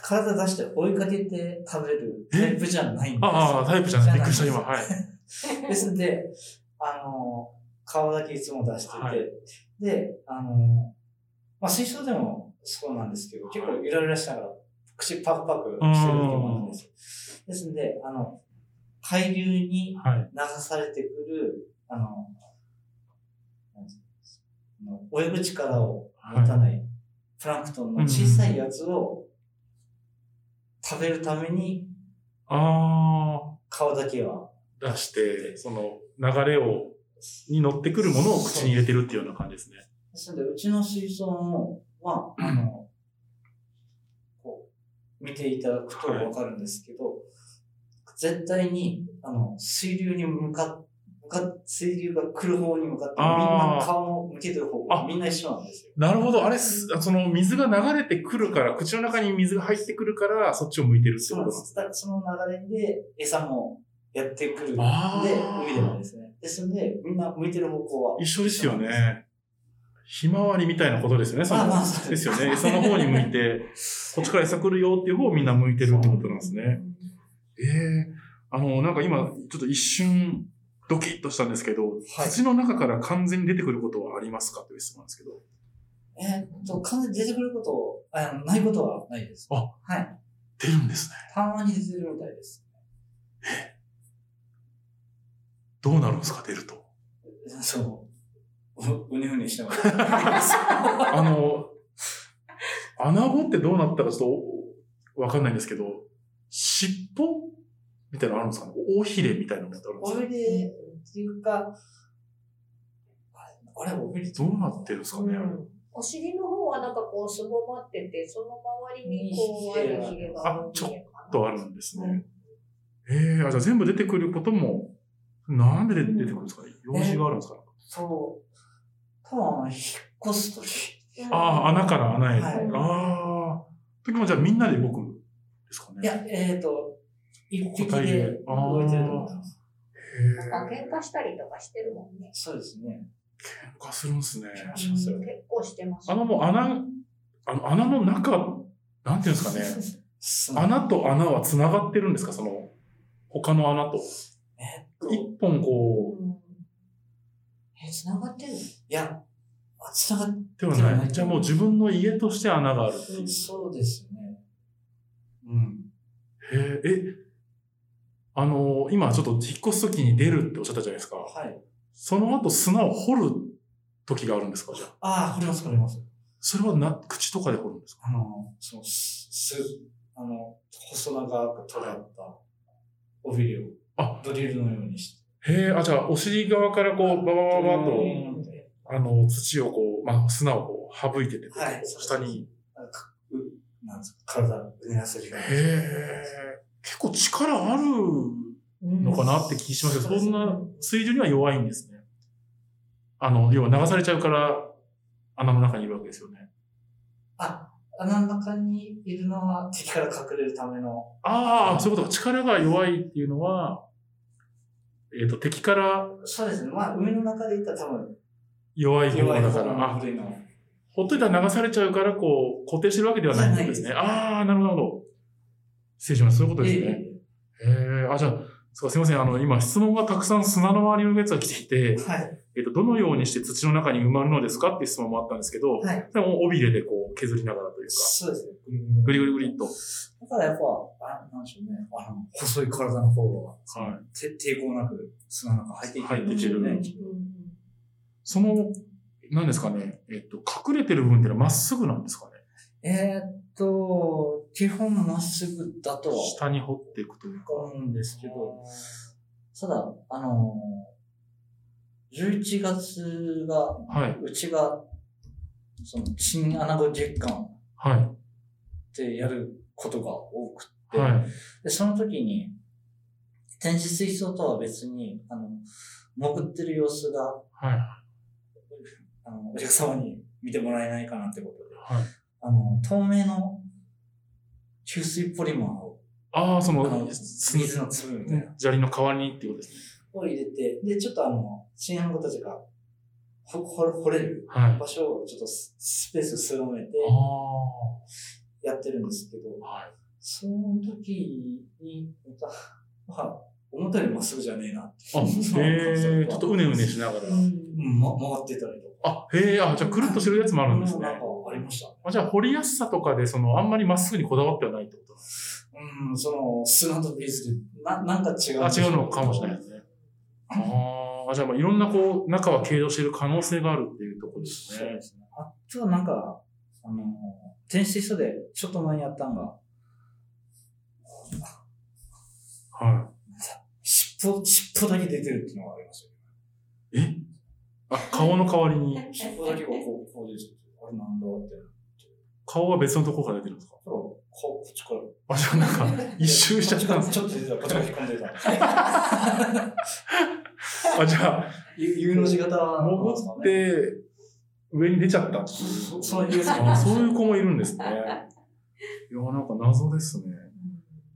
S4: 体出して追いかけて食べるタイプじゃないんですよ
S2: ああ、タイプじゃない。びっくりした、
S4: じゃ
S2: 今。
S4: な
S2: はい
S4: ん。ですですんで、あの、顔だけいつも出してて、
S2: はい
S4: で、あの、まあ、水槽でもそうなんですけど、結構イライラしながら、口パクパクしてる時もあるんです。ですんで、あの、海流に
S2: はい。
S4: 流されてくる、あの、なんていうんですかあの泳ぐ力を持たない、プランクトンの小さいやつを食べるために
S2: あ
S4: 顔だけは
S2: あ、出して、その、流れを、に乗ってくるものを口に入れてるっていうような感じですね。
S4: ですので、うちの水槽も、まあ、あの、こう、見ていただくとわかるんですけど、絶対に、あの、水流に向かっ向かっ水流が来る方に向かって、みん
S2: あー
S4: な顔の向けてる方
S2: あ
S4: 向、みんな一緒なんですよ。
S2: なるほど。あれす、その水が流れてくるから、口の中に水が入ってくるから、そっちを向いてるって
S4: そ
S2: こ
S4: う
S2: と
S4: な
S2: なんで
S4: んですす。だからその流れで餌もやってくるんで、
S2: あー
S4: 海でもですね。ですので、みんな向いてる方向は。
S2: 一緒ですよね。ひまわりみたいなことですよね、その。
S4: まあまあそう
S2: で
S4: ですす
S2: よね。餌の方に向いて、 こっちから餌来るよっていう方をみんな向いてるってことなんですね。ええあの、なんか今、ちょっと一瞬、ドキッとしたんですけど、
S4: はい
S2: 土の中から完全に出てくることはありますかという質問なんですけど。
S4: えーっと、完全に出てくること、あのないことはないです。
S2: あ
S4: はい。
S2: 出るんですね。
S4: たまに出てるみたいです。
S2: どうなるんですか、出ると。
S4: そう。ううねうね してます。
S2: あの、穴子ってどうなったかちょっとおわかんないんですけど、尻尾みたいなのあるんですかね尾ひれみたいなのってあるんですか
S4: おめでっていうか、あれ、あれおめで
S2: どうなってるんですかね、
S5: うん
S3: お尻の方はなんかこうすぼまってて、その周りにこうあるヒゲが
S2: あちょっとあるんですね。ええあ、じゃあ全部出てくることも、なんで出てくるんですかね用事があるんですかね
S4: そう。多分あの、引っ越すとき。
S2: ああ、穴から穴へ。
S4: はい
S2: ああ。時もじゃあみんなで動くんですかね
S4: いや、えっ、と、一匹
S2: 個体で
S4: で動いてると思います。
S3: なん
S2: へ
S3: か
S2: え。
S3: 喧嘩したりとかしてるもんね。
S4: そうですね。
S2: 喧嘩するんですね。
S4: しますよ
S3: 結構してます。
S2: あのもう穴、あの穴の中、なんていうんですかね。
S4: 砂
S2: 穴と穴は繋がってるんですかその、他の穴と。
S4: えっと、
S2: 一本こ
S3: うんえ、繋がってるの
S4: いや、つながっ
S2: では
S4: では
S2: な。
S4: ないい
S2: じゃあもう自分の家として穴があるっていう。
S4: てそうですね。うん。
S2: へえ、え、あのー今ちょっと引っ越す時に出るっておっしゃったじゃないですか。
S4: はい。
S2: その後砂を掘る時があるんですかじゃあ。
S4: ああ、掘ります、掘ります。
S2: それはな、口とかで掘るんですか
S4: あの、その、す、すあの、細長く尖った尾びれを
S2: あ
S4: ドリルのようにして。
S2: へえ、あ、じゃあお尻側からこう、バババババと、あの、土をこう、まあ、砂をこう、省いてて、
S4: はい
S2: 下に。
S4: なんかうなんですか、体をうねらせるよ
S2: へ
S4: うに。
S2: え、結構力ある
S5: うん
S2: のかなって気しますけど、
S5: う
S2: そんな水流には弱いんですね。あの、要は流されちゃうから、穴の中にいるわけですよね。
S4: あ、穴の中にいるのは敵から隠れるための、
S2: ああ、そういうことか。力が弱いっていうのは、えっ、と、敵から
S4: そうですね。まあ、海の中でいったら多分、
S2: 弱い方
S4: 弱い
S2: だ
S4: 方
S2: から、
S4: の
S2: あ、
S4: 古いの。
S2: ほっといたら流されちゃうから、こう、固定してるわけではないんですね。
S4: じゃないです
S2: ああ、なるほどなるほど。失礼しました。そういうことですね。へえ、あ、じゃあ、そうかすいません。あの、今、質問がたくさん砂の周りのやつが来ていて、
S4: はい。
S2: えっ、と、どのようにして土の中に埋まるのですかっていう質問もあったんですけど、
S4: はい。
S2: でも尾びれでこう削りながらというか、
S4: そうですね。
S2: ぐりぐりぐりっと。
S4: だからやっぱ、あなんでしょうね。あの、細い体の方は、
S2: はい
S4: て抵抗なく砂の中入っていけるんでしょうね。
S2: 入っていその、何ですかね、えっ、と、隠れてる部分っていうのはまっすぐなんですかね。
S4: えーっと、基本まっすぐだとは
S2: 下に掘っていくというか。
S4: 思うんですけど、ただ、あのー、11月が、
S2: はい、
S4: うちが、その、新穴子月間っ
S2: は
S4: てやることが多く
S2: い、
S4: て、
S2: はい。
S4: で、その時に、展示水槽とは別に、あの、潜ってる様子が、
S2: はい。
S4: あの、お客様に見てもらえないかなってことで、
S2: はい。
S4: あの、透明の吸水ポリマーを、
S2: ああ、そ
S4: あ
S2: の
S4: の、、
S2: す
S4: 水の粒みたいな、
S2: 砂利の代わりにっていうことですね。
S4: を入れて、で、ちょっとあの、新案子たちが、ほ、ほ、掘れる
S2: はい。あ
S4: 場所をちょっとススペース狭めて
S2: あ
S4: やってるんですけど、
S2: はい。
S4: その時に、また、まあ、思ったよりまっすぐじゃねえなって。
S2: あ、へえ、ちょっとうねうねしながら。
S4: うん、ま、回ってたりとか。
S2: あ、へえ、あ、じゃあくるっとしてるやつもあるんですね
S4: なん。かありました。
S2: あじゃあ掘りやすさとかで、その、あんまりまっすぐにこだわってはないってことなんです
S4: うん、その、砂とビーズで、な、なんか違う。
S2: ね。あ、違うのかもしれないですね。ああ、じゃあまあいろんなこう、中は形容してる可能性があるっていうところです
S4: そう
S2: ね
S4: で。すね。あとはなんか、あの、転出書でちょっと前にやったんが、
S2: は
S4: 尻尾、尻尾だけ出てるっていうのがありますよ。
S2: い。えあ、顔の代わりに。
S4: 尻尾だけがこう、こう出てる。あれなんだって。
S2: 顔は別のところから出てるんですか
S4: ほら、こう、こっちから。
S2: あ、じゃあなんか、一周しちゃったんです
S4: ちょっと出てた。こっちから引っ込んでた。
S2: かあ、じゃあ、
S4: ゆ U の字型の
S2: 潜って、上に出ちゃったっていう。
S4: そその U 字
S2: あ
S4: 型。
S2: そういう子もいるんですね。いや、なんか謎ですね。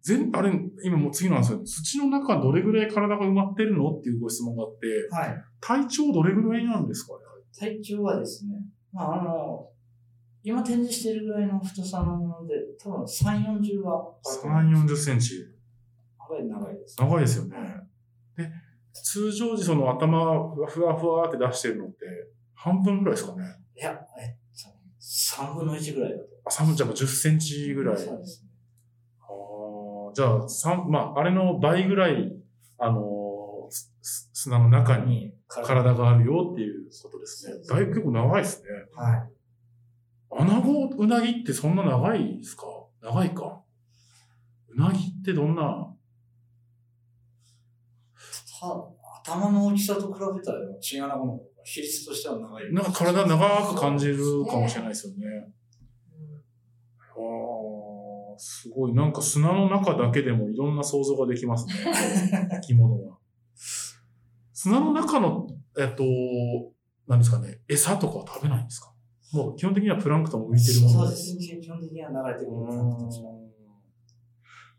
S2: 全、あれ、今もう次なんですよ。土の中どれぐらい体が埋まってるのっていうご質問があって、
S4: はい。
S2: 体長どれぐらいなんですかね
S4: 体長はですね、まあ、あの、今展示してるぐらいの太さなので、多分3、40はあると思う。
S2: ?3、40センチ。
S4: 長い長いです。
S2: 長いですよね。で、通常時その頭ふわふわふわって出してるのって、半分ぐらいですかね。
S4: いや、えっと、3分の1ぐらいだと。
S2: あ、3分じゃあ10センチぐらい。
S4: そうですね。
S2: あーじゃあ、三まあ、あれの倍ぐらい、あのーすす砂の中に
S4: に、
S2: 体があるよっていうことですね
S4: そうで。す
S2: だいぶ結構長いですね。ア
S4: はい。
S2: ナゴ、ウナギってそんな長いですか長いか。ウナギってどんな、
S4: た頭の大きさと比べたら、チンアナゴの方が比率としては長い。
S2: なんか体長く感じるかもしれないですよね。ああ、すごい。なんか砂の中だけでもいろんな想像ができますね。 生き物は。砂の中の、えっと、何ですかね、餌とかは食べないんですかもう基本的にはプランクトン浮いてるもの
S4: そうですね。基本的には流れてくるものだと思いま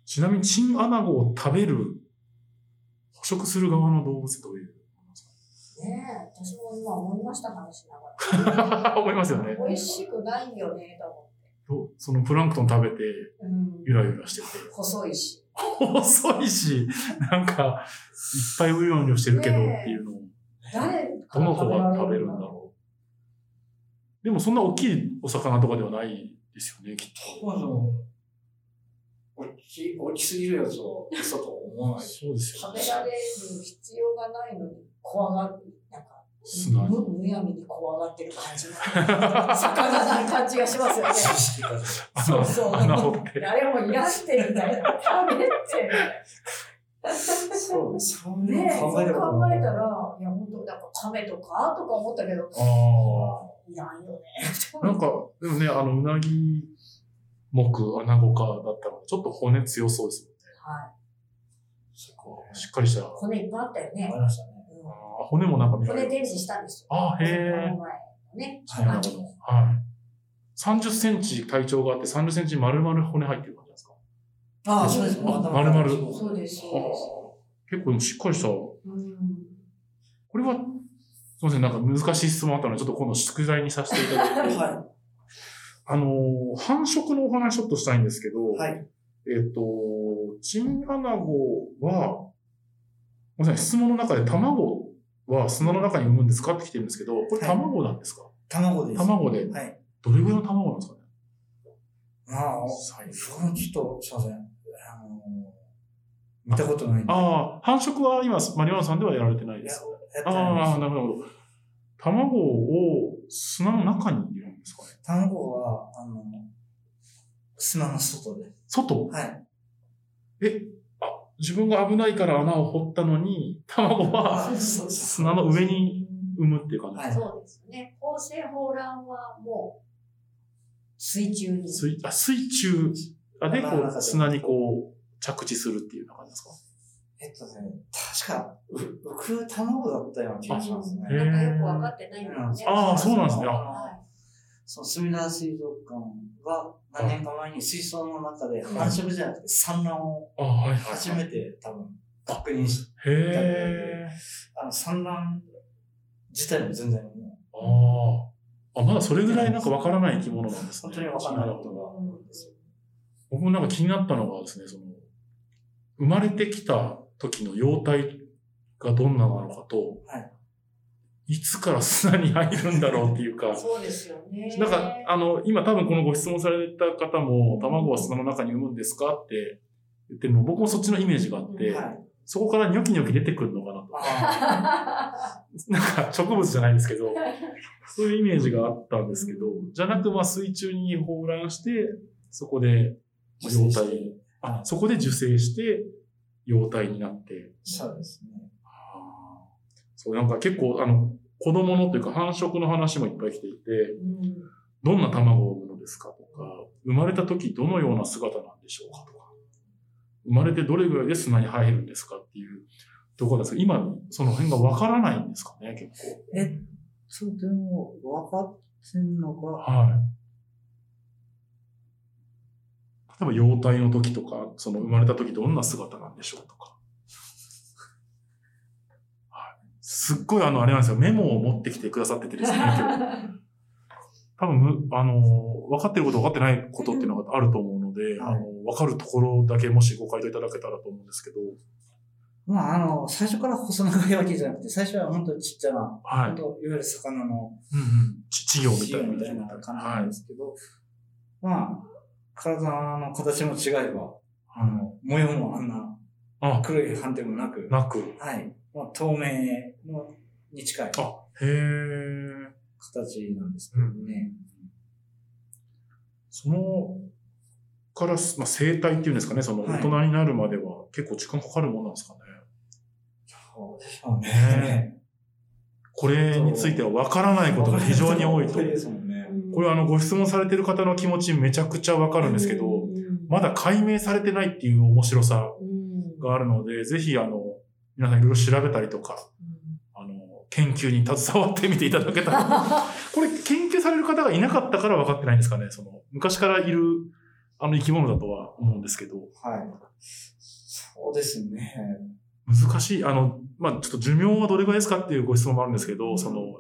S2: ちなみに、チンアナゴを食べる、捕食する側の動物ってどういう
S3: ねえ、私も今思いました、話しな が
S2: 思いますよね
S3: ら。。美味しくないよね、と思って。
S2: どうそのプランクトン食べて、
S3: うん
S2: ゆらゆらしてて。
S3: 細いし。
S2: 細いし、なんか、いっぱいうようにしてるけどっていうのを。
S3: 誰
S2: どの子が食べるんだろう。でもそんな大きいお魚とかではないですよね、きっ
S4: 多分あの、大きい、大きすぎるやつを嘘とは思わ
S2: と。
S4: ない。
S2: そうですよ
S3: 食
S2: ね
S3: べ。られる必要がないのに怖がってなんか
S2: 砂に。
S3: むむやみに怖がってる感じ
S5: 魚な感じがしますよね。
S3: そ うそう
S2: 穴掘って。
S3: 誰も癒してるんだよ食べて
S4: そう、そんな
S3: ねえ、
S4: の
S3: そう考
S4: 考え
S3: え
S4: た
S3: た
S4: ことな
S3: ら、
S4: い。
S3: いや、本当なんか亀とかとか思ったけど、
S2: ああ。
S3: いらんよね。
S2: なんか、でもね、あの、うなぎ、木、アナゴかだったら、ちょっと骨強そうです
S3: は
S4: そこ
S2: もんね。しっかりした。
S3: い。骨いっぱいあったよ
S4: あ
S3: ね
S4: り。ましたね。
S3: うん
S2: あー骨もなんか見ら
S3: 骨
S2: れる。
S3: 展示したんですよ。
S2: あーへえ
S3: この前のね、
S4: はい
S3: 秋に
S2: はい。30センチ体長があって、30センチ丸々骨入ってる感じなんですか。
S4: あ
S3: あそうです
S2: あ丸々
S3: そうです、そうです。
S2: あー結構しっかりした。こ
S3: うん。
S2: れは、すみません、なんか難しい質問あったので、ちょっと今度宿題にさせていただいて。
S4: は
S2: あのー繁殖のお話ちょっとしたいんですけど、
S4: い。はい。
S2: えっ、と、チンアナゴは、ごめんなさい、質問の中で卵は砂の中に産むんですかって来てるんですけど、これ
S4: はい
S2: 卵なんですか、
S4: 卵です。
S2: 卵で。
S4: はい。
S2: どれぐらいの卵なんですかね
S4: まあ、
S2: サイズ
S4: そこもちょっと、すいません。あの見たことないんで。
S2: ああ、繁殖は今、マリワナさんではやられてない
S4: い
S2: で
S4: や
S2: す。
S4: やってない
S2: ああ、
S4: です
S2: なるほど。卵を砂の中に入れるんですかね
S4: 卵は、あの、砂の外で。
S2: 外
S4: はい。
S2: えあ、自分が危ないから穴を掘ったのに、卵は
S4: あそうそう
S2: 砂の上に産むっていう感じ
S4: はい。
S3: そうですね。縫製放卵はもう、水中に。
S2: 水あ水中あでこ
S4: まあなん
S2: う
S4: か
S2: 砂にこう着地するっていうような感じですか
S4: えっとね、確か、う浮く卵だったような気がしますね。
S3: なんかよくわかってないんだよね。
S2: うんあーそうなんですねあ
S3: は
S4: そう、隅田水族館が何年か前に水槽の中で繁殖じゃなくて産卵を
S2: あはいは
S4: 初めて多分確認し、
S2: へえ
S4: あの産卵自体も全然もう
S2: あーあまだそれぐらいなんかわからない生き物なんです
S4: 本
S2: ね
S4: 当にわかんないことが多いですよ。
S2: 僕もなんか気になったのがですねその生まれてきた時の様態がどんななのかと、、
S4: はい
S2: つから砂に入るんだろうっていうか
S3: い。そうですよね。
S2: なんか、あの、今多分このご質問された方も、卵は砂の中に産むんですかって言ってるの、僕もそっちのイメージがあって、
S4: はい。
S2: そこからニョキニョキ出てくるのかなと。
S4: あ
S2: なんか植物じゃないですけ ど、そういうイメージがあったんですけど、じゃなくまあ水中に放卵して、そこで
S4: ー
S2: 幼体、あ
S4: は、
S2: そこで受精して、幼体になって。
S4: そうですね。
S2: そう、なんか結構、あの、子供のというか繁殖の話もいっぱい来ていて、
S3: うん
S2: どんな卵を産むのですかとか、生まれた時どのような姿なんでしょうかとか、生まれてどれぐらいで砂に入るんですかっていうところなんですけど、今、その辺がわからないんですかね、結構。
S4: え、そう、でも、分かってんのが、
S2: はい。例えば、幼体の時とか、その生まれた時どんな姿なんでしょうとか。はい。すっごいあの、あれなんですよ。メモを持ってきてくださってて ですね、今日。多分む、あのー、分かってること分かってないことっていうのがあると思うので、
S4: はい
S2: あの、分かるところだけもしご回答いただけたらと思うんですけど、
S4: まあ、あの、最初から細長いわけじゃなくて、最初は本当ちっちゃな、
S2: はい。
S4: 本当いわゆる
S2: う
S4: 魚の
S2: んうん。ち稚魚みたいな。
S4: みたいな感じ
S2: は
S4: なん
S2: い
S4: で。すけど、まあ、体の形も違えば、あの、模様もあんな
S2: あ、
S4: 黒い斑点もなく、
S2: なく。
S4: はい、まあ、透明のに近い
S2: あ、へー。
S4: 形なんですけどね。
S2: そのからす、まあ、生態っていうんですかね、その
S4: は
S2: 大
S4: い
S2: 人になるまでは結構時間かかるものなんですかね。
S4: そうでしょう
S2: ね。これについては分からないことが非常に多いと。
S4: そうですもんね。
S2: これはあのご質問されてる方の気持ちめちゃくちゃ分かるんですけど、
S3: うん
S2: まだ解明されてないっていう面白さ
S3: うん
S2: があるので、ぜひあの、皆さんいろいろ調べたりとか、あの、研究に携わってみていただけた ら。これ研究される方がいなかったから分かってないんですかね、その、昔からいるあの生き物だとは思うんですけど。
S4: はい。そうですね。
S2: 難しい。あの、まあ、ちょっと寿命はどれぐらいですかっていうご質問もあるんですけど、その、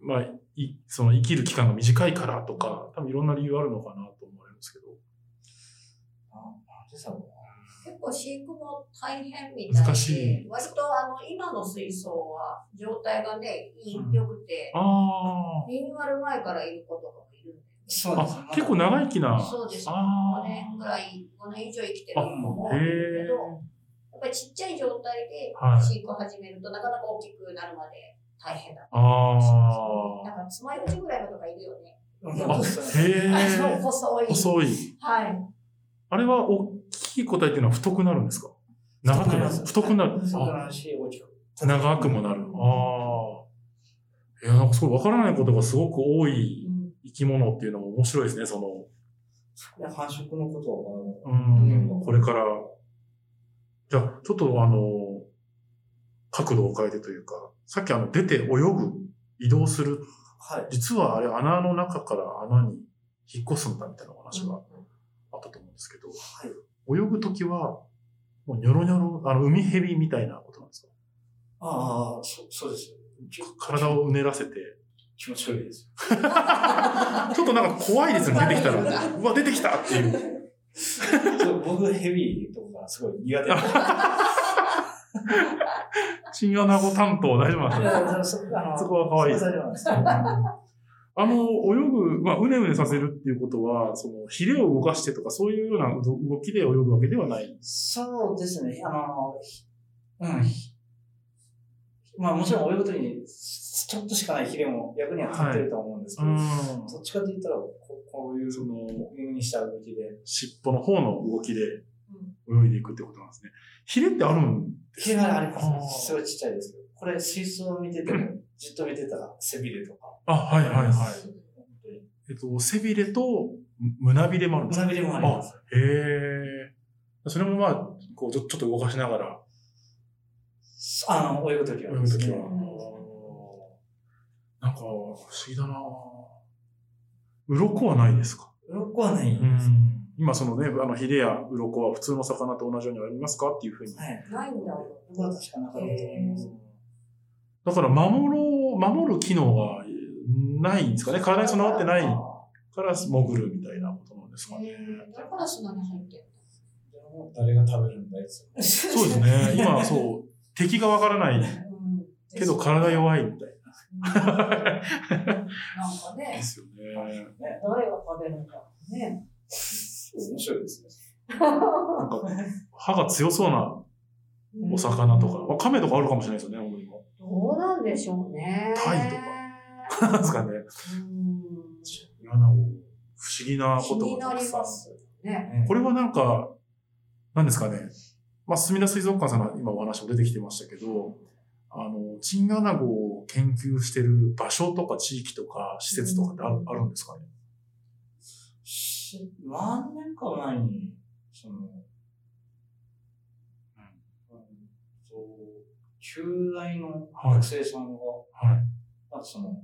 S2: まあ、いその生きる期間が短いからとか、多分いろんな理由あるのかなと思われるんですけど。
S4: あ、なんでだろう
S3: 結構飼育も大変みたいで
S2: 難しい
S3: 割とあの今の水槽は状態がねいい
S4: うん
S3: 良くて、
S2: あ
S3: リニューアル前からいる子とかもいるんで、
S4: そうですね
S2: あ。あ、結構長生きな。
S3: そうです
S2: あ
S3: 5年ぐらい5年以上生きてる
S2: あ
S3: 子も
S2: へ
S3: い
S2: え
S3: るけどやっぱりちっちゃい状態で
S2: はい
S3: 飼育を始めるとなかなか大きくなるまで大変だ
S2: あ
S3: なんかつまようじぐらいのとかいるよね。
S2: あ。あ、
S4: あ
S2: へえ。
S3: あ の細い。
S2: 細い。
S3: はい。
S2: あれは大きい個体っていうのは太くなるんですか長くなる。太くなる。
S4: 太くな
S2: あ
S4: るし、大きく。
S2: 長くもなる。ああ。いや、なんかすごいわからないことがすごく多い生き物っていうのも面白いですね、その。
S4: いや繁殖のことはまだ
S2: うん、これから。じゃあ、ちょっとあの、角度を変えてというか、さっきあの、出て泳ぐ、移動する。
S4: はい。
S2: 実はあれ、穴の中から穴に引っ越すんだみたいなお話があったと思うんですけど、泳ぐときは、もうニョロニョロ、あの、海蛇みたいなことなんですか
S4: ああ、そそうです。き
S2: 体をうねらせて。
S4: 気持ち悪いです。
S2: ちょっとなんか怖いですね、出てきたら。うわ、出てきたって いう。
S4: そう僕、ヘビとかすごい苦手で。
S2: チンアナゴ担当大丈夫なんですかね
S4: あのそあの
S2: そこは可愛いです
S4: そこは大丈夫なんで す
S2: あの、泳ぐ、まあ、うねうねさせるっていうことは、その、ヒレを動かしてとか、そういうような動きで泳ぐわけではない。
S4: そうですね。あの、ひうん。ひまあもちろん泳ぐときに、ちょっとしかないヒレも役には立ってるとは思うんですけど、どっちかって言ったらこう、こういう
S2: その
S4: うにした動きで。
S2: 尻尾の方の動きで泳いでいくってことなんですね。ヒレってあるん
S4: ヒレがあり
S2: あー
S4: ます。すごいちっちゃいですけど。これ、水槽を見てても、じっと見てたら、背びれとか。
S2: あ、はい。
S4: はいはい
S2: えっと、背びれと胸びれもあるんです
S4: 胸
S2: か
S4: びれもあります。
S2: へえ。それもまあ、こうちょ、ちょっと動かしながら
S4: あの、泳ぐとき
S2: 泳
S4: は、
S2: ぐときは。
S4: う
S2: あ
S4: ん
S2: ーなんか、不思議だな鱗はないですか
S4: 鱗はないん
S2: うん
S4: です。
S2: 今そのね、あの、ヒレや鱗は普通の魚と同じようにありますかっていうふうに。
S4: はい。
S3: ないんだ。
S4: 僕は確かなかったと思います。
S2: だから、守ろう、守る機能がないんですかね。体に備わってないから潜るみたいなことなんですかね。
S3: だから砂に入ってる。
S4: 誰が食べるんだいつも
S2: そうです ね。今、そう、敵がわからない
S3: うん
S2: けど体弱いみたい
S3: うんなんか
S2: で
S3: ね、
S2: すよね。
S4: ね。
S3: 誰が食べるんだろうね。
S4: 面白いですね。
S2: なんか、歯が強そうな お魚とか、まあ、亀とかあるかもしれないですよね、主にも。
S3: どうなんでしょうね。
S2: タイとか
S3: か。
S2: なんですかね。イワナゴ不思議なこ
S3: 気
S2: と
S3: に
S2: が
S3: な
S2: たく
S3: り
S2: さん
S3: ま。すね。
S2: これはなんか、なんですかね。まあ、墨田水族館さんの今お話も出てきてましたけど、あの、チンアナゴを研究してる場所とか地域とか施設とかってあるあるんですかね
S4: し何年か前に、その、うんと、旧大の学生さんが、
S2: はい。
S4: まずその、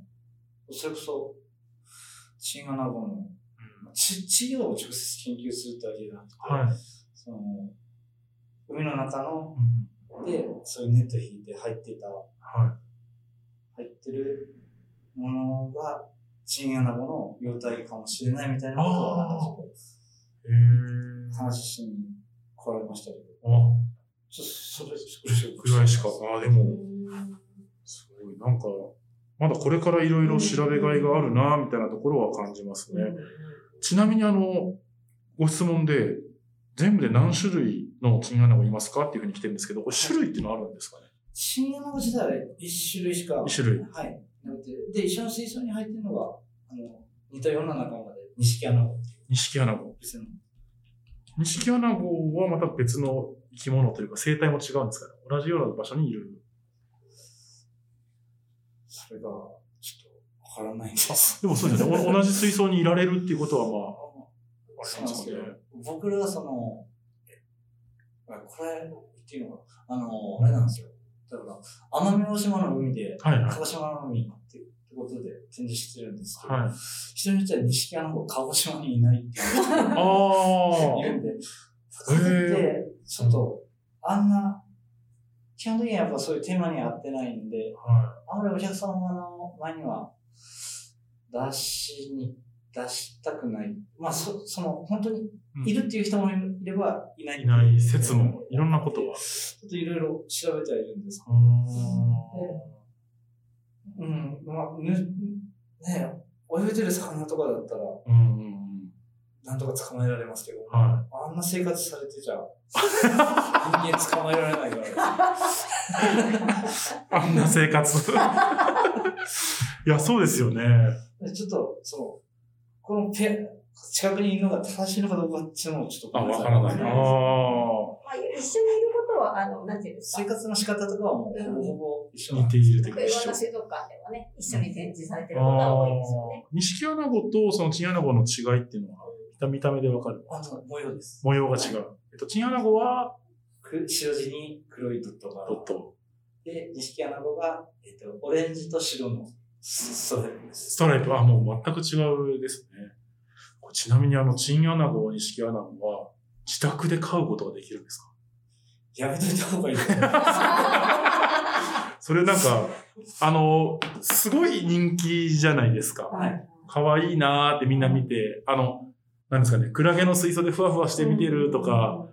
S4: それこそ、チンアナゴの、ち治療を直接研究するってわけじゃなくて、
S2: はい。
S4: その、海の中の、
S2: うん
S4: で、そういうネット引いて入ってた、
S2: は
S4: 入ってるものが、チンアナゴの幼体かもしれないみたいなことを、なんかちょっ
S2: い。へえ
S4: と話しに来られましたけど、
S2: あ、
S4: ちょっとそれ、それ
S2: ぐらいしか。ああ、でも、
S3: うん
S2: すごい。なんか、まだこれからいろいろ調べがいがあるな、みたいなところは感じますね。ちなみにあの、ご質問で、全部で何種類のチンアナゴいますかっていうふうに来てるんですけど、これ種類っていうのはあるんですかね
S4: チンアナゴ自体は一種類しか、
S2: 一種類。
S4: はい。なので、で、一緒の水槽に入ってるのが、あの、似たような仲間で、ニシキアナゴっていう
S2: ニシキアナゴ。
S4: 別の。
S2: ニシキアナゴはまた別の生き物というか生態も違うんですから、同じような場所にいる。
S4: それが、ちょっと、わからないんです。
S2: でもそうですよ ね。お同じ水槽にいられるっていうことはまあ、あ
S4: そう
S2: れな
S4: な
S2: んで
S4: んです
S2: す
S4: け
S2: か
S4: ど
S2: ね。、
S4: 僕らはその、えこれ言っていいのかなあの、あれなんですよ。だから、奄美大島の海で、
S2: はいはい
S4: 鹿。児島の海ってってことで展示してるんですけど、
S2: はい。
S4: 人によっては西側の方、鹿児島にいないっていう人
S2: あ
S4: もいる
S2: あ。
S4: んで、それって、ちょっと、あんな、基本的にはやっぱそういうテーマに合ってないんで、
S2: は
S4: あんまりお客様の前には出しに出したくない。まあ、そ、その、本当に
S2: うん
S4: いるっていう人もいれば、いない。
S2: いない説も、いろんなことは。
S4: ちょっといろいろ調べてはいるんですけど。うん、まあ、ぬ、ね泳いでる魚とかだったら、
S2: うんうん
S4: なんとか捕まえられますけど、
S2: は
S4: あんな生活されてじゃ、人間捕まえられないからですね。
S2: あんな生活。いや、そうですよね。
S4: でちょっと、その、このペ、近くにいるのが正しいのかどうかっていうのをちょっと
S2: あ、
S4: ごめん
S2: わ
S4: さ
S2: からないな。あ
S3: わ
S2: ー
S3: まあ、一緒にいることは、あの、なんていうんです
S4: 生
S3: か。
S4: 活の仕方とかはもうほぼほぼ一緒な
S2: 似
S4: ん
S2: て
S4: です
S2: いる
S4: け
S2: というか
S4: ど
S3: いろんな
S2: 一緒。
S3: 水族館でもね、一緒に展示されてることが多いですよ
S2: あ
S3: ね。
S2: ー錦アナゴとそのチンアナゴの違いっていうのは、見た見た目でわかる。
S4: あの、模様です。
S2: 模様が違う。えっと、チンアナゴは、
S4: く白地に黒いドットが。
S2: ドット、
S4: で、錦アナゴが、えっ、と、オレンジと白のストライプです。
S2: ストライプはもう全く違うですね。これちなみにあの、チンアナゴ、錦アナゴは、自宅で飼うことができるんですか
S4: やめといた方が いいと思う。
S2: それなんか、あの、すごい人気じゃないですか。
S4: はい。
S2: 可愛いなーってみんな見て、あの、なんですかね、クラゲの水槽でふわふわして見てるとか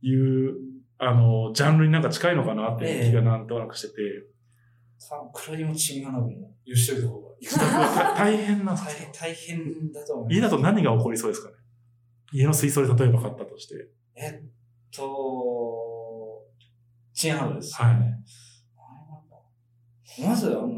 S2: いう、あの、ジャンルになんか近いのかなっていう気がなんとなくしてて、
S4: 黒いもチンアナゴも、許しておいた方がいい。
S2: た大変なんです
S4: 大
S2: よ
S4: 変、大変だと思います。
S2: 家だと何が起こりそうですかね家の水槽で例えば買ったとして。
S4: えっと、チンアナゴです。
S2: はい
S4: まず、あの、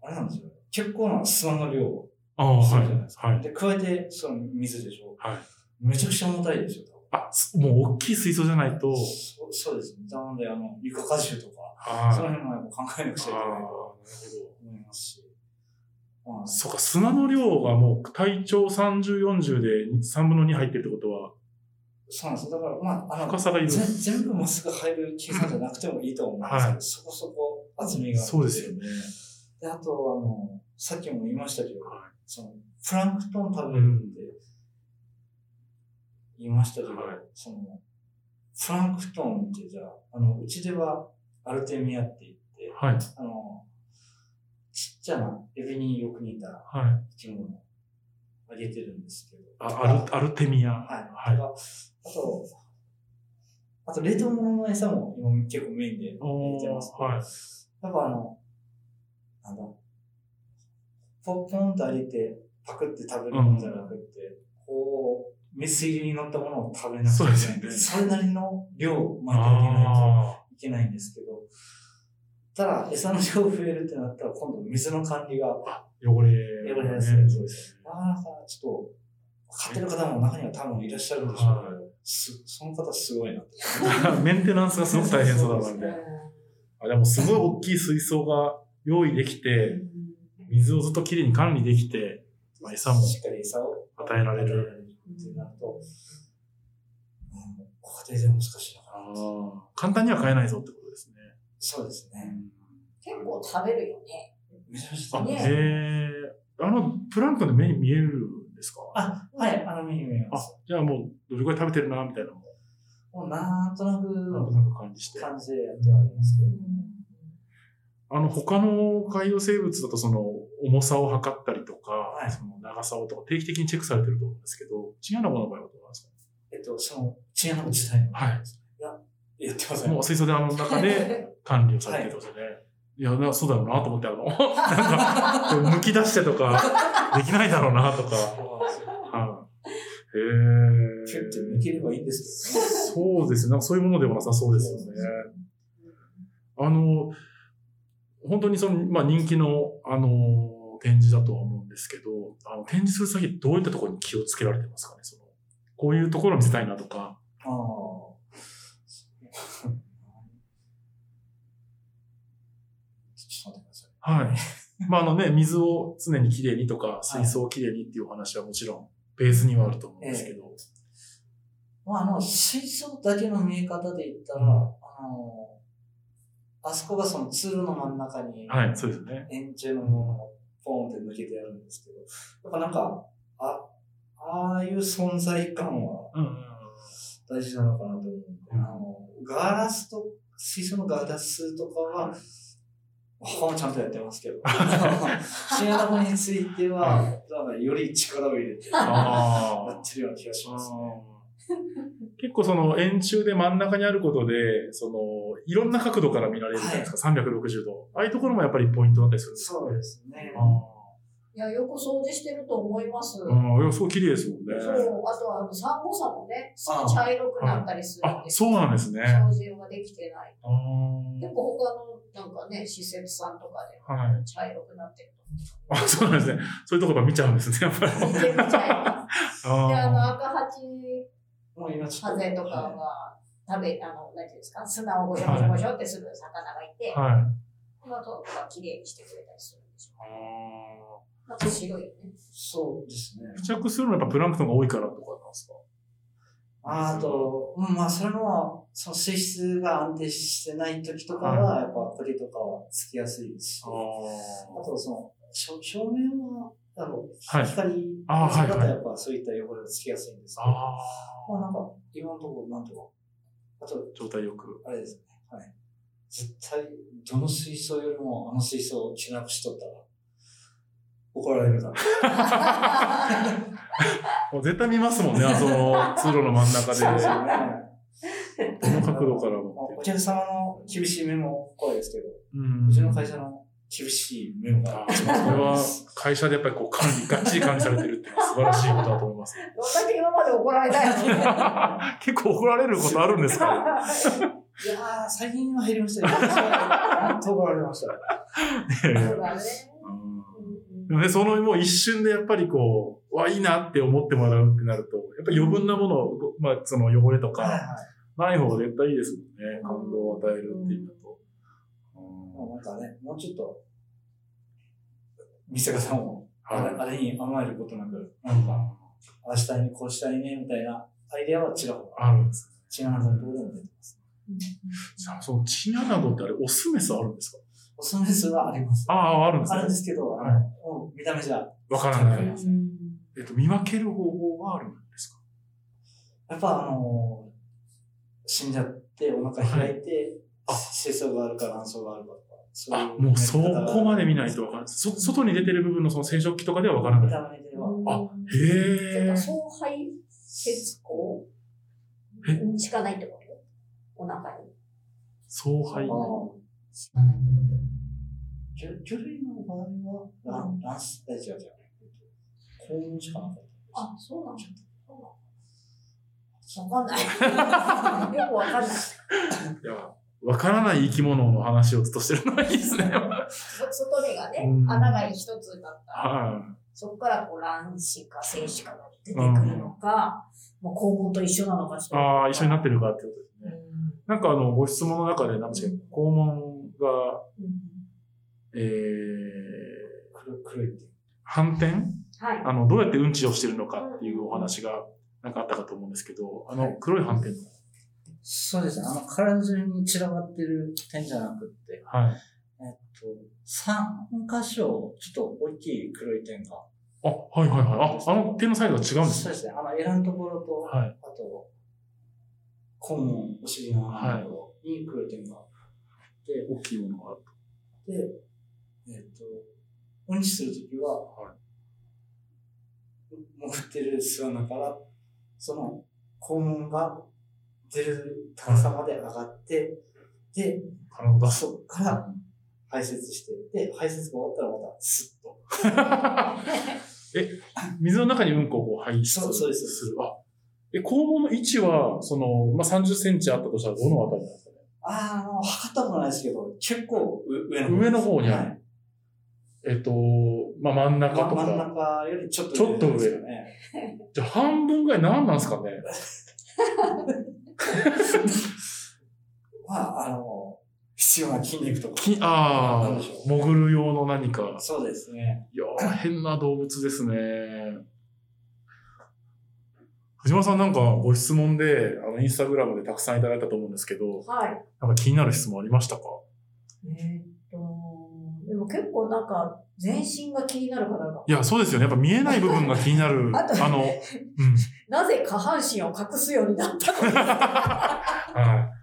S4: あれなんですよ。結構な砂の量を。
S2: ああ、
S4: そ
S2: は
S4: う
S2: い
S4: じゃないです。か
S2: はい。
S4: で、加えて、その水でしょ。
S2: はい。
S4: めちゃくちゃ重たいですよ。
S2: あ、すもう大きい水槽じゃないと、
S4: そうそうですね。なので、あの、床果汁とか、
S2: はい。
S4: その
S2: あ
S4: 辺もやっぱ考えなくちゃいけない
S2: あ、なる
S4: と
S2: ほど。
S4: 思いますし。まあ、
S2: そうか、砂の量がもう体長30、40で3分の2入ってるってことは、
S4: そうなんですよ。だから、まあ、あの
S2: 深、さがいるんです
S4: 全全部まっすぐ入る計算じゃなくてもいいと思うんですけど、
S2: は
S4: そこそこ厚みがあって
S2: そうですよね。
S4: で、あと、あの、さっきも言いましたけど、
S2: はい
S4: その、プランクトン食べるって言いましたけど、
S2: はい
S4: その、プランクトンってじゃあ、あの、うちではアルテミアって言って、
S2: はい。
S4: あの、ちっちゃなエビによく似た
S2: はい。
S4: 生き物をあげてるんですけど、
S2: あアルアルテミア。
S4: は
S2: は
S4: い。
S2: い
S4: とかあと、あと冷凍物の餌も今結構メインで入れてますけど、
S2: はい
S4: やっぱあの、あの、ポッポンとあげて、パクって食べるんじゃなくて、こう、水入りに乗ったものを食べなくちゃいけないん
S2: そうで
S4: で。
S2: すす
S4: それなりの量を巻いてあげないと
S2: あ
S4: いけないんですけど、ただ、餌の量増えるってなったら、今度水の管理が、
S2: ー汚れ、
S4: 汚れやすい
S2: そうです
S4: なかなかちょっと、買ってる方も中には多分いらっしゃるんでしょうけど、すその方すごいなって。
S2: ね。メンテナンスがすごく大変そうだな
S4: そ
S2: ん
S4: う
S2: で
S4: です。
S2: あでもすごい大きい水槽が用意できて、水をずっときれいに管理できて、まあ、餌も
S4: しっかり餌を
S2: 与えられる。
S4: ってなると、うん、家庭では難しいのかなと。
S2: 簡単には飼えないぞってことですね。
S4: そうですね。
S3: 結構食べるよね。
S4: めちゃめちゃ
S2: あ、
S4: ね
S3: ね
S2: へえあの、プランクトンで目に見えるんですか
S4: あ、はい、あのメニュー見えま
S2: あ
S4: す。、
S2: じゃあもう、どれくらい食べてるな、みたいなのも、
S4: もうなんとなく
S2: なんとなく管理して。
S4: 感じでやってはありますけど。
S2: あの、他の海洋生物だと、その、重さを測ったりとか、
S4: はい
S2: その長さをとか、定期的にチェックされてると思うんですけど、チンアナゴの場合はどうなんです
S4: えっと、その、チンアナゴ自体の。
S2: かはい。
S4: やってません。
S2: もう水槽であの中で 管理をされてるってことで、ねい、や、なそうだろうなと思って、あの、なんか、こう剥き出してとか、できないだろうなとか、はい。へ
S4: キュッて
S2: え
S4: 抜。ければいいんですけどね。
S2: そうですね。なんかそういうものでもなさそうですよね。あの、本当にその、まあ人気の、あの、展示だとは思うんですけど、あの展示する先どういったところに気をつけられてますかねその、こういうところを見せたいなとか。
S4: ああ。ちょっと待ってください。
S2: はい。まああのね、水を常にきれいにとか、水槽をきれいにっていうお話はもちろん、ベースにはあると思うんですけど。
S4: まあ、あの、水槽だけの見え方で言ったら、
S2: うん
S4: あの、あそこがその通路の真ん中に、
S2: はい、そうですね。
S4: 円柱のものがポーンって抜けてあるんですけど、やっぱなんか、あ、ああいう存在感は
S2: うんうんうん。
S4: 大事なのかなと思うんで、
S2: うん
S4: あの、ガラスと、水槽のガラスとかは、他もちゃんとやってますけ ど、新アナゴについては、なんかより力を入れてや
S2: あー
S4: ってるような気がしますね。
S2: 結構その円柱で真ん中にあることで、そのいろんな角度から見られるじゃないですか、360度。ああいうところもやっぱりポイントだったりするんです
S4: そうですね。
S2: あ
S3: いや、よく掃除してると思います。そう。
S2: ーあー、いやすごい綺麗ですもんね。
S3: あとは、あの、サンゴサもね、すぐ茶色くなったりするん
S2: あ、
S3: です
S2: そうなんですね。
S3: 掃除用ができてない。
S2: あー
S3: 結構他の、なんかね、施設さんとかで
S2: はい。
S3: 茶色くなってる
S2: あ、そうなんですね。そういうところから見ちゃうんですね、やっぱり。
S3: と。全部茶色。で、あの、
S2: あ
S3: 赤鉢
S4: もう今ちょっと。
S3: 風とかは、食べ、あの、なんていうんですか、砂をごしょごしょごしょってする魚がいて
S2: ー、はい。
S3: この後は綺麗にしてくれたりするんでしょ
S2: あー
S3: う。なんか白いよね。
S4: そうですね。
S2: 付着するのはやっぱプランクトンが多いからとかなんですか
S4: あと、うん、まあ、それも、その水質が安定してない時とかは、やっぱ鳥とかはつきやすいですし、あと、その、照照明は、あの、
S2: はい
S4: 光
S2: あはい
S4: だ
S2: は
S4: と
S2: い
S4: やっぱそういった汚れがつきやすいんですけど、
S2: あ
S4: まあ、なんか、今のところ、なんとか、あと、
S2: ー状態よく。
S4: あれですね、はい。絶対、どの水槽よりもあの水槽を気なくしとったら、怒られるな。
S2: もう絶対見ますもんね、あその通路の真ん中で。 この角度からも。
S4: お客様の厳しい目も怖いですけど、
S2: うん
S4: うちの会社の厳しいメモが
S2: あーそれは会社でやっぱりこう管理、がっちり管理されてるっていうのは素晴らしいことだと思い ます。
S3: 私今まで怒られたよね。
S2: 結構怒られることあるんですか
S4: いやー、最近は減りましたよ。本当怒られました。
S3: そ
S2: ね
S3: うだね。
S2: うん
S3: うん
S2: でもね、そのもう一瞬でやっぱりこう、わ、いいなって思ってもらうってなると、やっぱり余分なものを、ごまあその汚れと
S4: はいはい
S2: か、。ない方が絶対いいですもんね。感動を与えるっていうのと。
S4: もうなんかね、もうちょっと、店方も、あ
S2: は
S4: れ
S2: い。
S4: あれに甘えることなく、なんか、ああしたいね、こうしたいね、みたいなアイデアは違う。
S2: あるんですね。
S4: 違うはずのところでも出てます。
S2: じゃあ、そのチンアナゴってあれ、オスメスあるんですか
S4: おすすめ数はあります。
S2: ああ、あるんです
S4: あるん
S2: ね
S4: ですけど、
S2: はい
S4: あのもう見た目じゃ、
S2: わからな
S4: う
S2: い。えっと、見分ける方法はあるんですか
S4: やっぱあの死んじゃってお腹開いて、
S2: あ
S4: 清掃があるか卵巣があるかとか、そうい
S2: あ、もうそ
S4: やり方が
S2: こまで見ないとわからない。そ、外に出てる部分のその生殖器とかではわから
S4: 見
S2: ない。
S4: た目では。
S2: あ
S3: そっ
S2: へ
S3: か
S2: え。
S3: 相配節行しかないってことお腹に。
S2: そう、はい。
S3: しかない
S4: 魚魚類の場合は、卵卵巣、え、違う違う。肛門しかなかった。
S3: あ、そうなんだ。そうなんだわ かんない。よくわかんない。
S2: いや、わからない生き物の話をずっとしてるのがいいですね。は
S3: そ外目がね
S2: う、ん
S3: 穴が一つだったら、
S2: い。
S3: そこからこう卵子か精子かが出てくるのか、もう肛門と一緒なのかちょっと。
S2: ああ、一緒になってるかってことです
S3: う
S2: ね。
S3: ん
S2: なんかあの、ご質問の中で何でしたっけ肛門が、
S3: うん
S2: えー、
S4: 黒黒いっていう。
S2: 反転
S3: はい。
S2: あの、どうやってうんちをしてるのかっていうお話が、なんかあったかと思うんですけど、あ
S4: は
S2: の
S4: い、
S2: 黒い反転の。
S4: そうですね。あの、体中に散らばってる点じゃなくって、
S2: はい。
S4: えっと、3箇所、ちょっと大きい黒い点が。
S2: あ、はいはいはい。あ、あの点のサイズが違うんです
S4: そう
S2: ね。
S4: ですね。あの、エラのところと、
S2: はい。
S4: あと、肛門、お尻の穴のところに黒い点があって、
S2: 大きいものがある
S4: で、えっ、と、うんちするときは、
S2: は
S4: 潜ってる巣穴から、その肛門が出る高さまで上がって、で、
S2: 体を出す。
S4: そこから排泄して、で、排泄が終わったらまたスッと。
S2: え、水の中にうんこをこう排出す
S4: そう
S2: る。
S4: そうです
S2: あ、え、肛門の位置は、その、まあ、30センチあったとしたらどのあたりなんですかね
S4: あーあの、測ったことないですけど、結構う上の
S2: 上の方にあ
S4: は
S2: る
S4: い。
S2: えっと、まあ、真ん中
S4: ま
S2: と
S4: 真ん
S2: か。
S4: 中よりちょっと
S2: ちょっと上
S4: ですよね。
S2: じゃあ半分ぐらい何なんです かね
S4: まあ、あの、必要な筋肉とか。
S2: きあ
S4: なん
S2: あ
S4: でしょ、う
S2: 潜る用の何か。
S4: そうですね。
S2: いやー、変な動物ですね。藤間さんなんかご質問で、あの、インスタグラムでたくさんいただいたと思うんですけど、
S3: はい。
S2: なんか気になる質問ありましたか
S5: えーっと、でも結構なんか、全身が気になる方が、。
S2: いや、そうですよね。やっぱ見えない部分が気になる
S5: あと
S2: の、うん。
S5: なぜ下半身を隠すようになったのか。
S2: はい。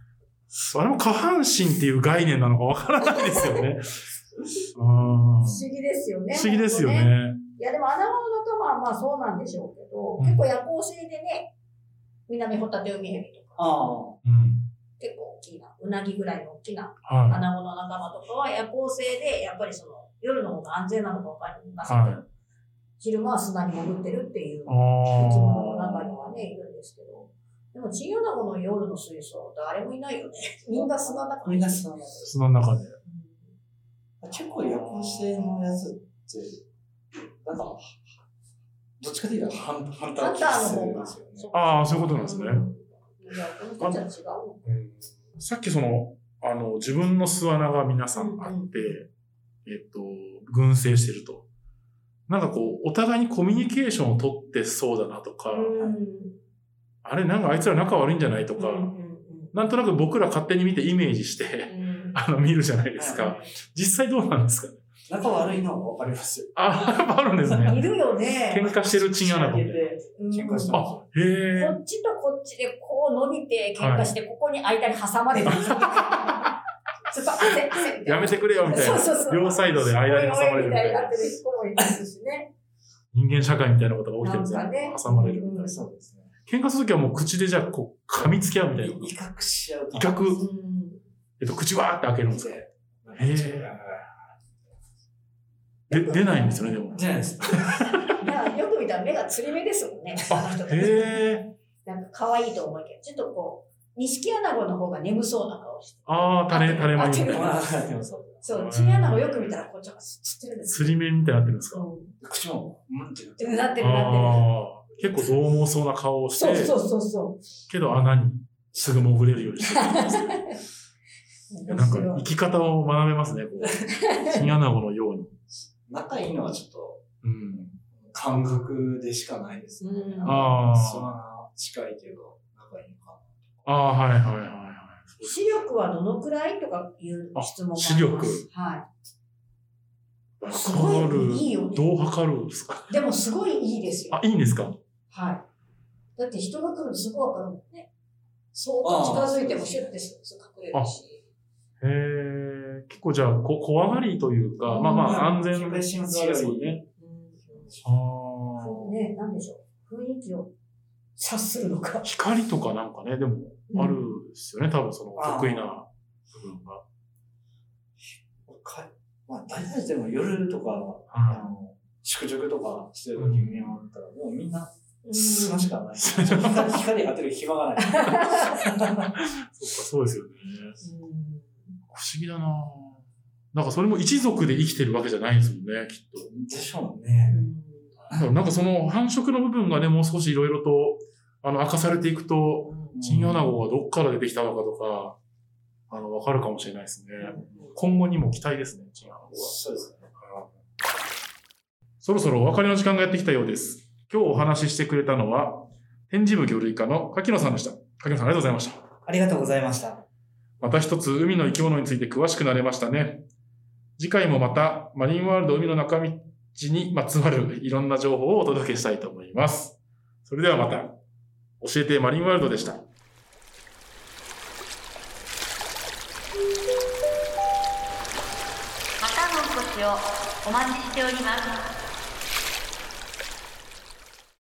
S2: あれも下半身っていう概念なのかわからないですよね。あー不
S5: 不思議ですよね。
S2: 思議ですよ
S5: 本当
S2: ね。
S5: いや、でも穴場の仲間はまあそうなんでしょうけど、
S2: うん
S3: 結構夜行性でね、南ホタテウミヘビとか、
S4: あ
S2: うん。
S3: 結構大きな、うなぎぐらいの大きな
S2: は
S3: 穴子の仲間とかは夜行性で、やっぱりその夜の方が安全なのかわかりませんけど、
S2: は
S3: 昼間は砂に潜ってるってい
S2: い。
S3: う生き
S2: あ
S3: 物の中にはね、いるんですけど、でもチンアナゴの夜の水槽、誰もいないよね。 みんな砂だか
S4: あ。
S3: ら。
S4: みんな砂なんで
S2: あ。
S4: す。
S2: その中で。
S4: 結構夜行性のやつって、なんか、どっちかというとハンハンター気質するんですよね。
S2: ああ、そういうことなんですね。
S3: いや、この人たちは違うの
S2: うんさっきその、あの、自分の巣穴が皆さんあ
S3: うんう
S2: って、えっと、群生してると。なんかこう、お互いにコミュニケーションを取ってそうだなとか、あれなんかあいつら仲悪いんじゃないとか、なんとなく僕ら勝手に見てイメージして、 あの、見るじゃないですか。実際どうなんですかね
S4: 仲悪いのはわかりますよ。
S2: あ、 やっぱあるんですね。
S3: いるよね。
S2: 喧嘩してるチンアナゴ みたいな。
S4: 喧嘩して
S3: こ
S4: ま
S2: へえ。
S3: っちとこっちでこう伸びて喧嘩して、ここに間に挟まれ てる。ちょっと汗、汗みたいな
S2: やめてくれよみたい
S3: そう
S2: な。
S3: そうそう。
S2: 両サイドで間に挟まれるみた
S3: おい
S2: い
S3: おいみたいにな
S2: な
S3: っ。てる人もいますしね。
S2: 人間社会みたいなことが起きてるんですよ
S3: なんかね。
S2: 挟まれるみたいな
S3: うん
S4: す。そうですね。
S2: 喧嘩するときはもう口でじゃあこう噛みつき合うみたいな。
S4: 威嚇し合う
S2: 威
S4: 感
S3: う
S2: 嚇、
S3: ん
S2: えっと、口わーって開けるんですか
S4: じ
S2: へえで、出ないんですよね、でも。
S4: じゃないですか。
S3: いや、よく見たら目が釣り目ですもんね。あの人たち
S2: へえ。
S3: なんか可愛いと思うけど、ちょっとこう、錦アナゴの方が眠そうな顔して。
S2: ああ、垂れ、垂れ目みたい
S3: あ
S2: な。
S4: でもそう
S3: そう、チンアナゴよく見たらこっちが釣ってるんです
S2: 釣り目みたいになってるんですか
S3: よ。
S4: 口も、うんってなって
S3: うん。なってるなってる。
S2: ああー。結構獰猛そうな顔をし
S3: そう
S2: て、
S3: そうそうそ
S2: けど穴にすぐ潜れるようにしてるんですね。
S3: う。
S2: なんか
S3: 面白
S2: 生
S3: い
S2: き方を学べますね、こ う。チンアナゴのように。
S4: 仲いいのはちょっと、
S2: うん。
S4: 感覚でしかないですね。
S3: うん
S2: あー
S4: そんな近いけど、仲いいのか
S2: ああ、はいはいはいはい。
S3: 視力はどのくらいとかいう質問があります。
S2: あ視力
S3: は
S2: わ
S3: すごい
S2: かる。
S3: いいよね
S2: どう測るんですか
S3: い。でもすごいいいですよ。
S2: あ、いいんですか
S3: はい。だって人が来るのすごいわかるもんね。そう近づいてもシュッてすぐ隠れるし。
S2: へえ、結構じゃあ、こ怖がりというか、まあまあ、
S4: うん
S2: 安全
S4: 警戒心が強い
S2: ですよね。
S3: うん
S2: あ
S3: こ
S2: ー
S3: うね、なんでしょう。雰囲気を察するのか。
S2: 光とかなんかね、でも、あるんですよね、多分その得意な部分が。
S4: な。かまあ、大体でも夜とか、あ
S2: は
S4: の、宿直とかしてる時に見守ったら、もうみんな、
S3: うん
S4: 砂しかない。光光当てる暇がない。
S2: いそっか、そうですよね。
S3: うん
S2: 不思議だななんかそれも一族で生きてるわけじゃないんですもんね、きっと。
S4: でしょうね。
S2: なんだろうなんかその繁殖の部分がね、もう少しいろいろと、あの、明かされていくと、チンアナゴがどっから出てきたのかとか、あの、わかるかもしれないですね。今後にも期待ですね、チンアナゴは。
S4: そうですね。
S2: そろそろお別れの時間がやってきたようです。今日お話ししてくれたのは、展示部魚類課の柿野さんでした。柿野さんありがとうございました。
S4: ありがとうございました。
S2: また一つ海の生き物について詳しくなれましたね。次回もまたマリンワールド海の中道にまつわるいろんな情報をお届けしたいと思います。それではまた、教えてマリンワールドでした。
S1: またのお越しをお待ちしております。